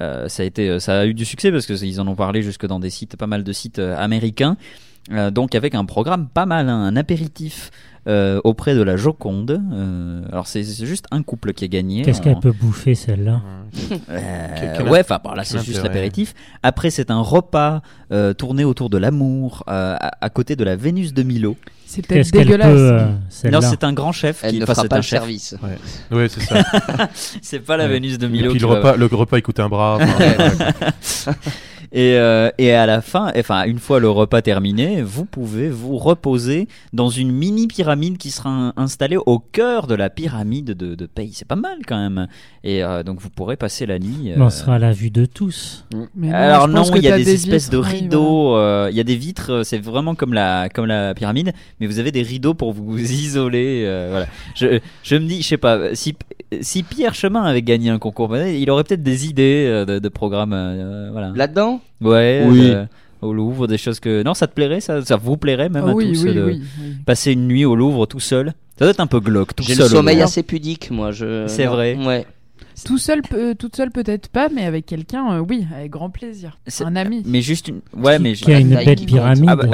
Speaker 5: Euh, ça, a été, ça a eu du succès parce qu'ils en ont parlé jusque dans des sites, pas mal de sites euh, américains. Euh, donc avec un programme pas mal, hein, un apéritif euh, auprès de la Joconde. Euh, alors c'est c'est juste un couple qui a gagné.
Speaker 10: Qu'est-ce
Speaker 5: On-
Speaker 10: qu'elle peut bouffer celle-là
Speaker 5: euh,
Speaker 6: Quel- quel
Speaker 5: ouais,
Speaker 6: int-
Speaker 5: enfin bon, là c'est
Speaker 6: quel
Speaker 5: juste
Speaker 6: intérêt
Speaker 5: l'apéritif. Après c'est un repas euh, tourné autour de l'amour euh, à, à côté de la Vénus de Milo.
Speaker 9: C'est
Speaker 10: Qu'est-ce qu'elle peut, euh, celle-là
Speaker 5: non, c'est un grand chef
Speaker 32: Elle
Speaker 5: qui
Speaker 32: ne
Speaker 5: enfin,
Speaker 32: fera
Speaker 5: c'est
Speaker 32: pas
Speaker 5: un
Speaker 32: le
Speaker 5: chef.
Speaker 32: service.
Speaker 6: Ouais, ouais, c'est ça.
Speaker 5: c'est pas la
Speaker 6: Ouais.
Speaker 5: Vénus de Milo.
Speaker 6: Et puis
Speaker 5: qui
Speaker 6: le
Speaker 5: va-
Speaker 6: repas, le repas, il coûte un bras. enfin, ouais, ouais, quoi.
Speaker 5: et, euh, et à la fin, enfin une fois le repas terminé, vous pouvez vous reposer dans une mini pyramide qui sera in- installée au cœur de la pyramide de, de Pei. C'est pas mal quand même. Et euh, donc vous pourrez passer la nuit.
Speaker 10: Mais
Speaker 5: euh,
Speaker 10: On sera à la vue de tous.
Speaker 9: Mais non,
Speaker 5: Alors
Speaker 9: je
Speaker 5: non,
Speaker 9: pense que
Speaker 5: il y a
Speaker 9: t'as
Speaker 5: des,
Speaker 9: des
Speaker 5: espèces de
Speaker 9: vitres, oui,
Speaker 5: rideaux, euh, il y a des vitres, euh, c'est vraiment comme la comme la pyramide, mais vous avez des rideaux pour vous isoler. euh, voilà. Je, je me dis, je sais pas, si si Pierre Chemin avait gagné un concours, ben, il aurait peut-être des idées euh, de, de programmes. euh, voilà.
Speaker 32: Là-dedans
Speaker 5: Ouais.
Speaker 32: Oui.
Speaker 5: euh, au Louvre, des choses que non, ça te plairait, ça, ça vous plairait même
Speaker 9: Ah
Speaker 5: à
Speaker 9: oui,
Speaker 5: tous
Speaker 9: oui,
Speaker 5: euh, de
Speaker 9: oui, oui.
Speaker 5: passer une nuit au Louvre tout seul. Ça doit être un peu glauque, tout
Speaker 32: J'ai
Speaker 5: seul.
Speaker 32: le
Speaker 5: au
Speaker 32: sommeil
Speaker 5: Louvre.
Speaker 32: assez pudique, moi. Je...
Speaker 5: C'est
Speaker 32: non.
Speaker 5: vrai.
Speaker 32: Ouais.
Speaker 9: Tout seul, peut- toute seule peut-être pas, mais avec quelqu'un, euh, oui, avec grand plaisir.
Speaker 5: C'est-
Speaker 9: Un ami.
Speaker 5: Mais juste une. Ouais, mais
Speaker 10: qui a une
Speaker 5: Taille
Speaker 10: belle
Speaker 5: qui compte.
Speaker 10: pyramide.
Speaker 5: Ah bah,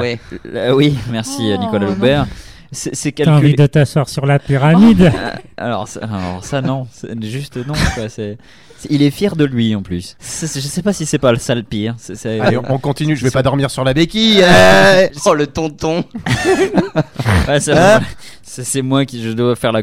Speaker 5: euh, oui, merci
Speaker 9: Oh,
Speaker 5: Nicolas
Speaker 9: non.
Speaker 5: Loubert. C'est c'est
Speaker 10: T'as envie
Speaker 5: calculé.
Speaker 10: de t'asseoir sur la pyramide
Speaker 5: Euh, alors, ça- alors ça non, C'est juste non. quoi, c'est- c'est- il est fier de lui en plus. C'est- c'est- je sais pas si c'est pas le sale pire. c'est- c'est-
Speaker 6: Allez, on on continue. Je vais pas dormir sur la béquille.
Speaker 32: Euh, Oh, le tonton
Speaker 5: Ouais, ça- c'est c'est moi qui je dois faire la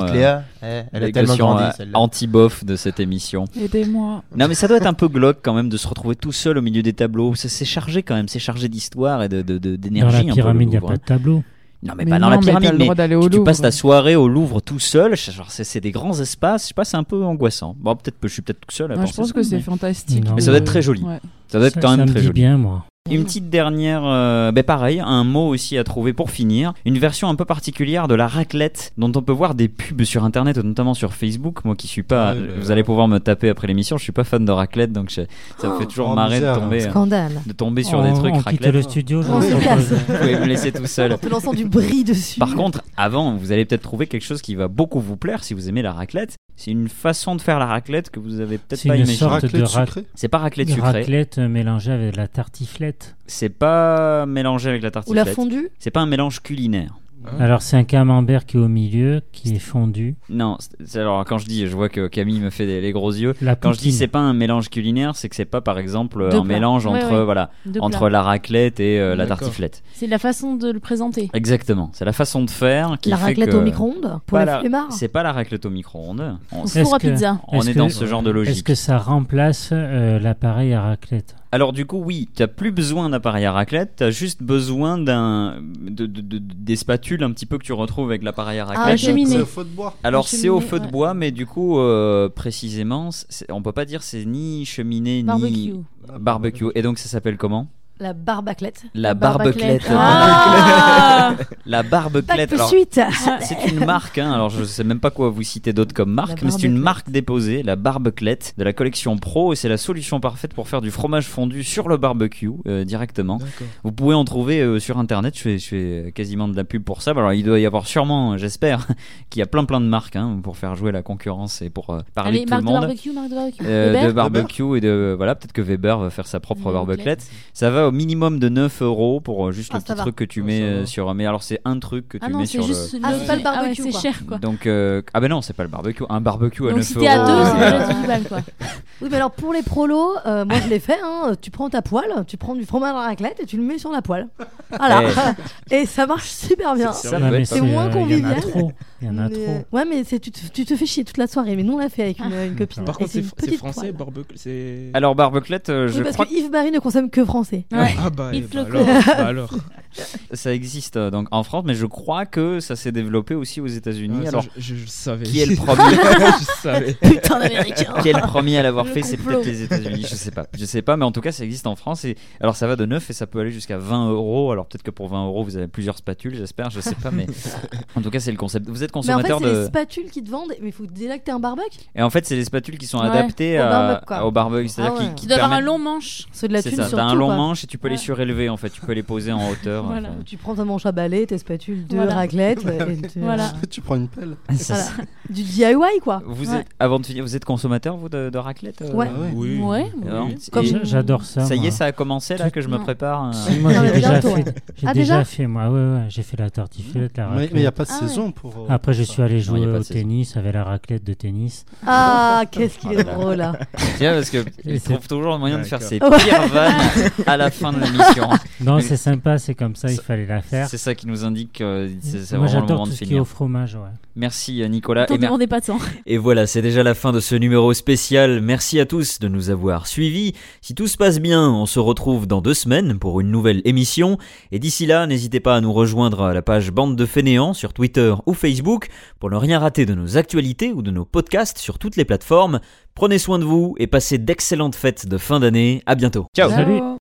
Speaker 6: ah.
Speaker 5: euh,
Speaker 6: petite Léa, eh, elle a
Speaker 5: la
Speaker 6: tellement
Speaker 5: caution,
Speaker 6: grandi,
Speaker 5: euh,
Speaker 6: celle-là.
Speaker 5: anti-bof de cette émission.
Speaker 9: Aidez-moi.
Speaker 5: Non mais ça doit être un peu glauque quand même de se retrouver tout seul au milieu des tableaux. C'est- C'est chargé quand même, c'est chargé d'histoire et de- de- de-
Speaker 10: Dans
Speaker 5: d'énergie.
Speaker 10: la
Speaker 5: un peu, le
Speaker 10: pyramide, il n'y a
Speaker 5: Louvre,
Speaker 10: pas
Speaker 5: hein.
Speaker 10: de tableau.
Speaker 5: Non, mais
Speaker 9: Mais
Speaker 5: pas dans
Speaker 9: non,
Speaker 5: la
Speaker 9: mais
Speaker 5: pyramide.
Speaker 9: t'as le droit d'aller au
Speaker 5: tu, tu
Speaker 9: Louvre.
Speaker 5: passes ta soirée au Louvre tout seul. je- Genre, c'est, c'est des grands espaces. Je sais pas, c'est un peu angoissant. Bon, peut-être que je suis peut-être tout seul à
Speaker 9: Non, je
Speaker 5: penser
Speaker 9: pense
Speaker 5: ça,
Speaker 9: que c'est
Speaker 5: mais-
Speaker 9: fantastique.
Speaker 5: Mais ça doit être très joli.
Speaker 9: Ouais.
Speaker 5: Ça doit être quand même
Speaker 10: me
Speaker 5: très
Speaker 10: dit
Speaker 5: joli.
Speaker 10: bien, moi.
Speaker 5: Une petite dernière, euh, ben pareil, un mot aussi à trouver pour finir. Une version un peu particulière de la raclette dont on peut voir des pubs sur internet, notamment sur Facebook. Moi qui suis pas,
Speaker 6: Ouais,
Speaker 5: vous allez pouvoir me taper après l'émission, je suis pas fan de raclette donc je- ça me fait toujours
Speaker 6: oh,
Speaker 5: marrer
Speaker 6: bizarre.
Speaker 5: de tomber, euh,
Speaker 6: Scandale.
Speaker 5: de tomber sur
Speaker 6: Oh,
Speaker 5: des trucs
Speaker 6: on quitte
Speaker 5: raclette.
Speaker 6: le studio,
Speaker 10: Oh,
Speaker 6: je On se
Speaker 5: vous
Speaker 6: pense. casse.
Speaker 5: pouvez me laisser tout seul.
Speaker 6: En te lançant du bris dessus.
Speaker 5: Par contre, avant, vous allez peut-être trouver quelque chose qui va beaucoup vous plaire si vous aimez la raclette. C'est une façon de faire la raclette que vous avez peut-être
Speaker 10: C'est
Speaker 5: pas
Speaker 10: une
Speaker 5: imaginée.
Speaker 10: sorte de ra-
Speaker 5: C'est pas raclette sucrée.
Speaker 10: Raclette euh, mélangée avec de la tartiflette.
Speaker 5: C'est pas mélangé avec la tartiflette.
Speaker 10: fondue
Speaker 5: C'est pas un mélange culinaire.
Speaker 10: Alors c'est un camembert qui est au milieu, qui est fondu.
Speaker 5: Non, c'est- c'est- alors quand je dis, je vois que Camille me fait des- les gros yeux.
Speaker 10: La
Speaker 5: quand je dis
Speaker 10: poutine.
Speaker 5: c'est pas un mélange culinaire, c'est que c'est pas par exemple
Speaker 7: Deux plats.
Speaker 5: un mélange
Speaker 7: Ouais,
Speaker 5: entre
Speaker 7: ouais.
Speaker 5: voilà
Speaker 7: Deux
Speaker 5: entre
Speaker 7: plats.
Speaker 5: la raclette et euh, la
Speaker 7: D'accord.
Speaker 5: tartiflette.
Speaker 7: C'est la façon de le présenter.
Speaker 5: Exactement, c'est la façon de faire qui
Speaker 7: La
Speaker 5: fait
Speaker 7: raclette
Speaker 5: que-
Speaker 7: au micro-ondes pour
Speaker 5: Pas
Speaker 7: les
Speaker 5: la-
Speaker 7: flemmards.
Speaker 5: C'est pas la raclette au micro-ondes. On-
Speaker 7: Au four à pizza.
Speaker 5: On
Speaker 10: Est-ce
Speaker 5: est
Speaker 10: que-
Speaker 5: dans ce genre de
Speaker 10: Est-ce
Speaker 5: logique.
Speaker 10: que ça remplace euh, l'appareil à raclette
Speaker 5: Alors du coup, oui, t'as plus besoin d'appareil à raclette, t'as juste besoin d'un de, de- de- des spatules un petit peu que tu retrouves avec l'appareil à raclette.
Speaker 7: Ah, la cheminée. C'est au
Speaker 6: feu de bois.
Speaker 5: Alors
Speaker 6: La
Speaker 5: c'est au
Speaker 6: cheminée,
Speaker 5: feu de
Speaker 6: ouais.
Speaker 5: bois, mais du coup euh, précisément, c'est- on peut pas dire c'est ni cheminée
Speaker 12: Barbecue.
Speaker 5: ni barbecue. Et donc ça s'appelle comment
Speaker 12: La barbaclette.
Speaker 5: La barbeclette.
Speaker 12: Ah
Speaker 5: La barbeclette.
Speaker 12: Back suite.
Speaker 5: c'est- c'est une marque. hein. alors, je sais même pas quoi vous citer d'autres comme marque, mais c'est une marque déposée, la barbeclette de la collection Pro, et c'est la solution parfaite pour faire du fromage fondu sur le barbecue euh, directement. Vous pouvez en trouver euh, sur internet. Je fais, je fais quasiment de la pub pour ça. Alors, il doit y avoir sûrement, euh, j'espère, qu'il y a plein plein de marques hein, pour faire jouer la concurrence et pour euh, parler
Speaker 7: Allez,
Speaker 5: de tout le
Speaker 7: marque de
Speaker 5: monde.
Speaker 7: barbecue, marque de barbecue.
Speaker 5: Euh,
Speaker 7: Weber
Speaker 5: de barbecue et de voilà peut-être que Weber va faire sa propre barbeclette ça va au minimum de 9 euros pour euh, juste
Speaker 7: Ah,
Speaker 5: le
Speaker 7: ça
Speaker 5: petit
Speaker 7: va.
Speaker 5: truc que tu mets euh, sur mais alors c'est un truc que
Speaker 7: Ah
Speaker 5: tu
Speaker 7: non,
Speaker 5: mets
Speaker 7: c'est
Speaker 5: sur
Speaker 7: juste
Speaker 5: le
Speaker 7: une- Ah, c'est pas le barbecue,
Speaker 9: c'est
Speaker 7: quoi.
Speaker 9: cher quoi.
Speaker 5: donc euh, ah ben non c'est pas le barbecue un barbecue à
Speaker 9: Donc
Speaker 5: 9
Speaker 9: si
Speaker 5: euros
Speaker 9: t'es à deux, c'est déjà
Speaker 5: euh,
Speaker 9: 18 balles quoi.
Speaker 6: Oui, mais alors pour les prolos, euh, moi je l'ai fait. hein, tu prends ta poêle, tu prends du fromage à raclette et tu le mets sur la poêle.
Speaker 12: Voilà.
Speaker 5: Eh.
Speaker 12: et ça marche super bien.
Speaker 6: C'est- ça doit être
Speaker 10: euh,
Speaker 12: C'est
Speaker 6: pas mal.
Speaker 12: moins
Speaker 6: Il y en a
Speaker 12: convivial.
Speaker 6: trop.
Speaker 10: Il y en a
Speaker 12: Mais,
Speaker 10: trop. Ah.
Speaker 12: euh, Ouais, mais c'est- tu te, tu te fais chier toute la soirée. Mais nous, on l'a fait avec une, une copine.
Speaker 16: Par
Speaker 12: Et
Speaker 16: contre, c'est
Speaker 12: une
Speaker 16: fr- c'est
Speaker 12: petite
Speaker 16: français,
Speaker 12: poêle.
Speaker 16: barbecue. C'est.
Speaker 5: alors barbeclette euh, je
Speaker 12: Oui, parce
Speaker 5: crois
Speaker 12: que Yves Marie ne consomme que français.
Speaker 16: Ah bah, eh
Speaker 12: Il te
Speaker 16: bah
Speaker 12: le
Speaker 16: alors,
Speaker 12: colle.
Speaker 16: bah alors.
Speaker 5: ça existe euh, donc en France mais je crois que ça s'est développé aussi aux États-Unis
Speaker 16: Ah, ça,
Speaker 5: alors
Speaker 16: je- je le savais.
Speaker 5: qui est le premier
Speaker 16: Je savais. Putain d'Américain.
Speaker 5: qui est le premier à l'avoir
Speaker 16: Le
Speaker 5: fait c'est
Speaker 16: complot.
Speaker 5: peut-être les États-Unis je sais pas je sais pas mais en tout cas ça existe en France et alors ça va de 9 et ça peut aller jusqu'à 20 euros alors peut-être que pour 20 euros vous avez plusieurs spatules j'espère je sais pas mais en tout cas c'est le concept vous êtes
Speaker 12: Mais en fait,
Speaker 5: consommateur
Speaker 12: c'est les
Speaker 5: de
Speaker 12: spatules qui te vendent, mais il faut déjà que t'aies un barbecue.
Speaker 5: et en fait c'est les spatules qui sont
Speaker 12: Ouais,
Speaker 5: adaptées
Speaker 12: au
Speaker 5: à-
Speaker 12: barbecue, quoi.
Speaker 5: au barbecue c'est-à-dire
Speaker 12: Ah
Speaker 5: qui-
Speaker 12: ouais.
Speaker 5: qui
Speaker 12: Tu dois avoir
Speaker 5: permettent-
Speaker 12: un long manche. Ceux de la
Speaker 5: C'est
Speaker 12: thune
Speaker 5: ça, t'as un
Speaker 12: surtout,
Speaker 5: long
Speaker 12: quoi.
Speaker 5: manche et tu peux les surélever en fait tu peux les poser en hauteur
Speaker 12: Voilà.
Speaker 5: enfin.
Speaker 12: Tu prends ta manche à balai, tes spatules, deux
Speaker 9: Voilà.
Speaker 12: raclettes. et tu-
Speaker 9: Voilà.
Speaker 16: Tu prends une pelle.
Speaker 5: C'est
Speaker 12: Voilà.
Speaker 5: ça.
Speaker 12: Du DIY, quoi.
Speaker 5: Vous
Speaker 12: Ouais.
Speaker 5: êtes, avant de finir, vous êtes consommateur vous de, de raclette euh,
Speaker 12: Ouais.
Speaker 16: Oui.
Speaker 12: Ouais,
Speaker 5: Alors,
Speaker 12: oui.
Speaker 5: et-
Speaker 12: Comme-
Speaker 5: et-
Speaker 10: J'adore ça,
Speaker 5: Ça y
Speaker 10: moi.
Speaker 5: est, ça a commencé là que je me
Speaker 10: Non.
Speaker 5: prépare. euh.
Speaker 10: Si, moi j'ai déjà fait, j'ai déjà
Speaker 12: Ah, déjà
Speaker 10: fait moi, ouais, ouais, j'ai fait la tartiflette, la
Speaker 16: Mais-
Speaker 10: raclette.
Speaker 16: mais y a pas de Ah, saison ouais. pour, euh,
Speaker 10: Après, je
Speaker 16: pour
Speaker 10: suis allé
Speaker 5: ça. Non, y a
Speaker 10: jouer
Speaker 5: pas de
Speaker 10: au
Speaker 5: saison.
Speaker 10: tennis avec la raclette de tennis.
Speaker 12: Ah, qu'est-ce qu'il est drôle, là.
Speaker 5: Tu vois, parce que
Speaker 10: Et
Speaker 5: il
Speaker 10: c'est-
Speaker 5: trouve toujours le moyen de faire ses
Speaker 12: Ouais.
Speaker 5: pires vannes à la fin de l'émission.
Speaker 10: Non,
Speaker 5: Mais
Speaker 10: c'est sympa, c'est comme ça, il
Speaker 5: Ça-
Speaker 10: fallait la faire.
Speaker 5: C'est ça qui nous indique que c'est c'est
Speaker 10: Moi,
Speaker 5: vraiment le
Speaker 10: j'adore
Speaker 5: moment
Speaker 10: tout
Speaker 5: de
Speaker 10: ce qui
Speaker 5: finir.
Speaker 10: est au fromage, ouais.
Speaker 5: Merci euh, Nicolas.
Speaker 7: T'en
Speaker 5: Et mer-
Speaker 7: demandais pas tant.
Speaker 33: Et voilà, c'est déjà la fin de ce numéro spécial. Merci à tous de nous avoir suivis. Si tout se passe bien, on se retrouve dans deux semaines pour une nouvelle émission. Et d'ici là, n'hésitez pas à nous rejoindre à la page Bande de Fainéants sur Twitter ou Facebook pour ne rien rater de nos actualités ou de nos podcasts sur toutes les plateformes. Prenez soin de vous et passez d'excellentes fêtes de fin d'année. À bientôt.
Speaker 5: Ciao.
Speaker 10: Salut.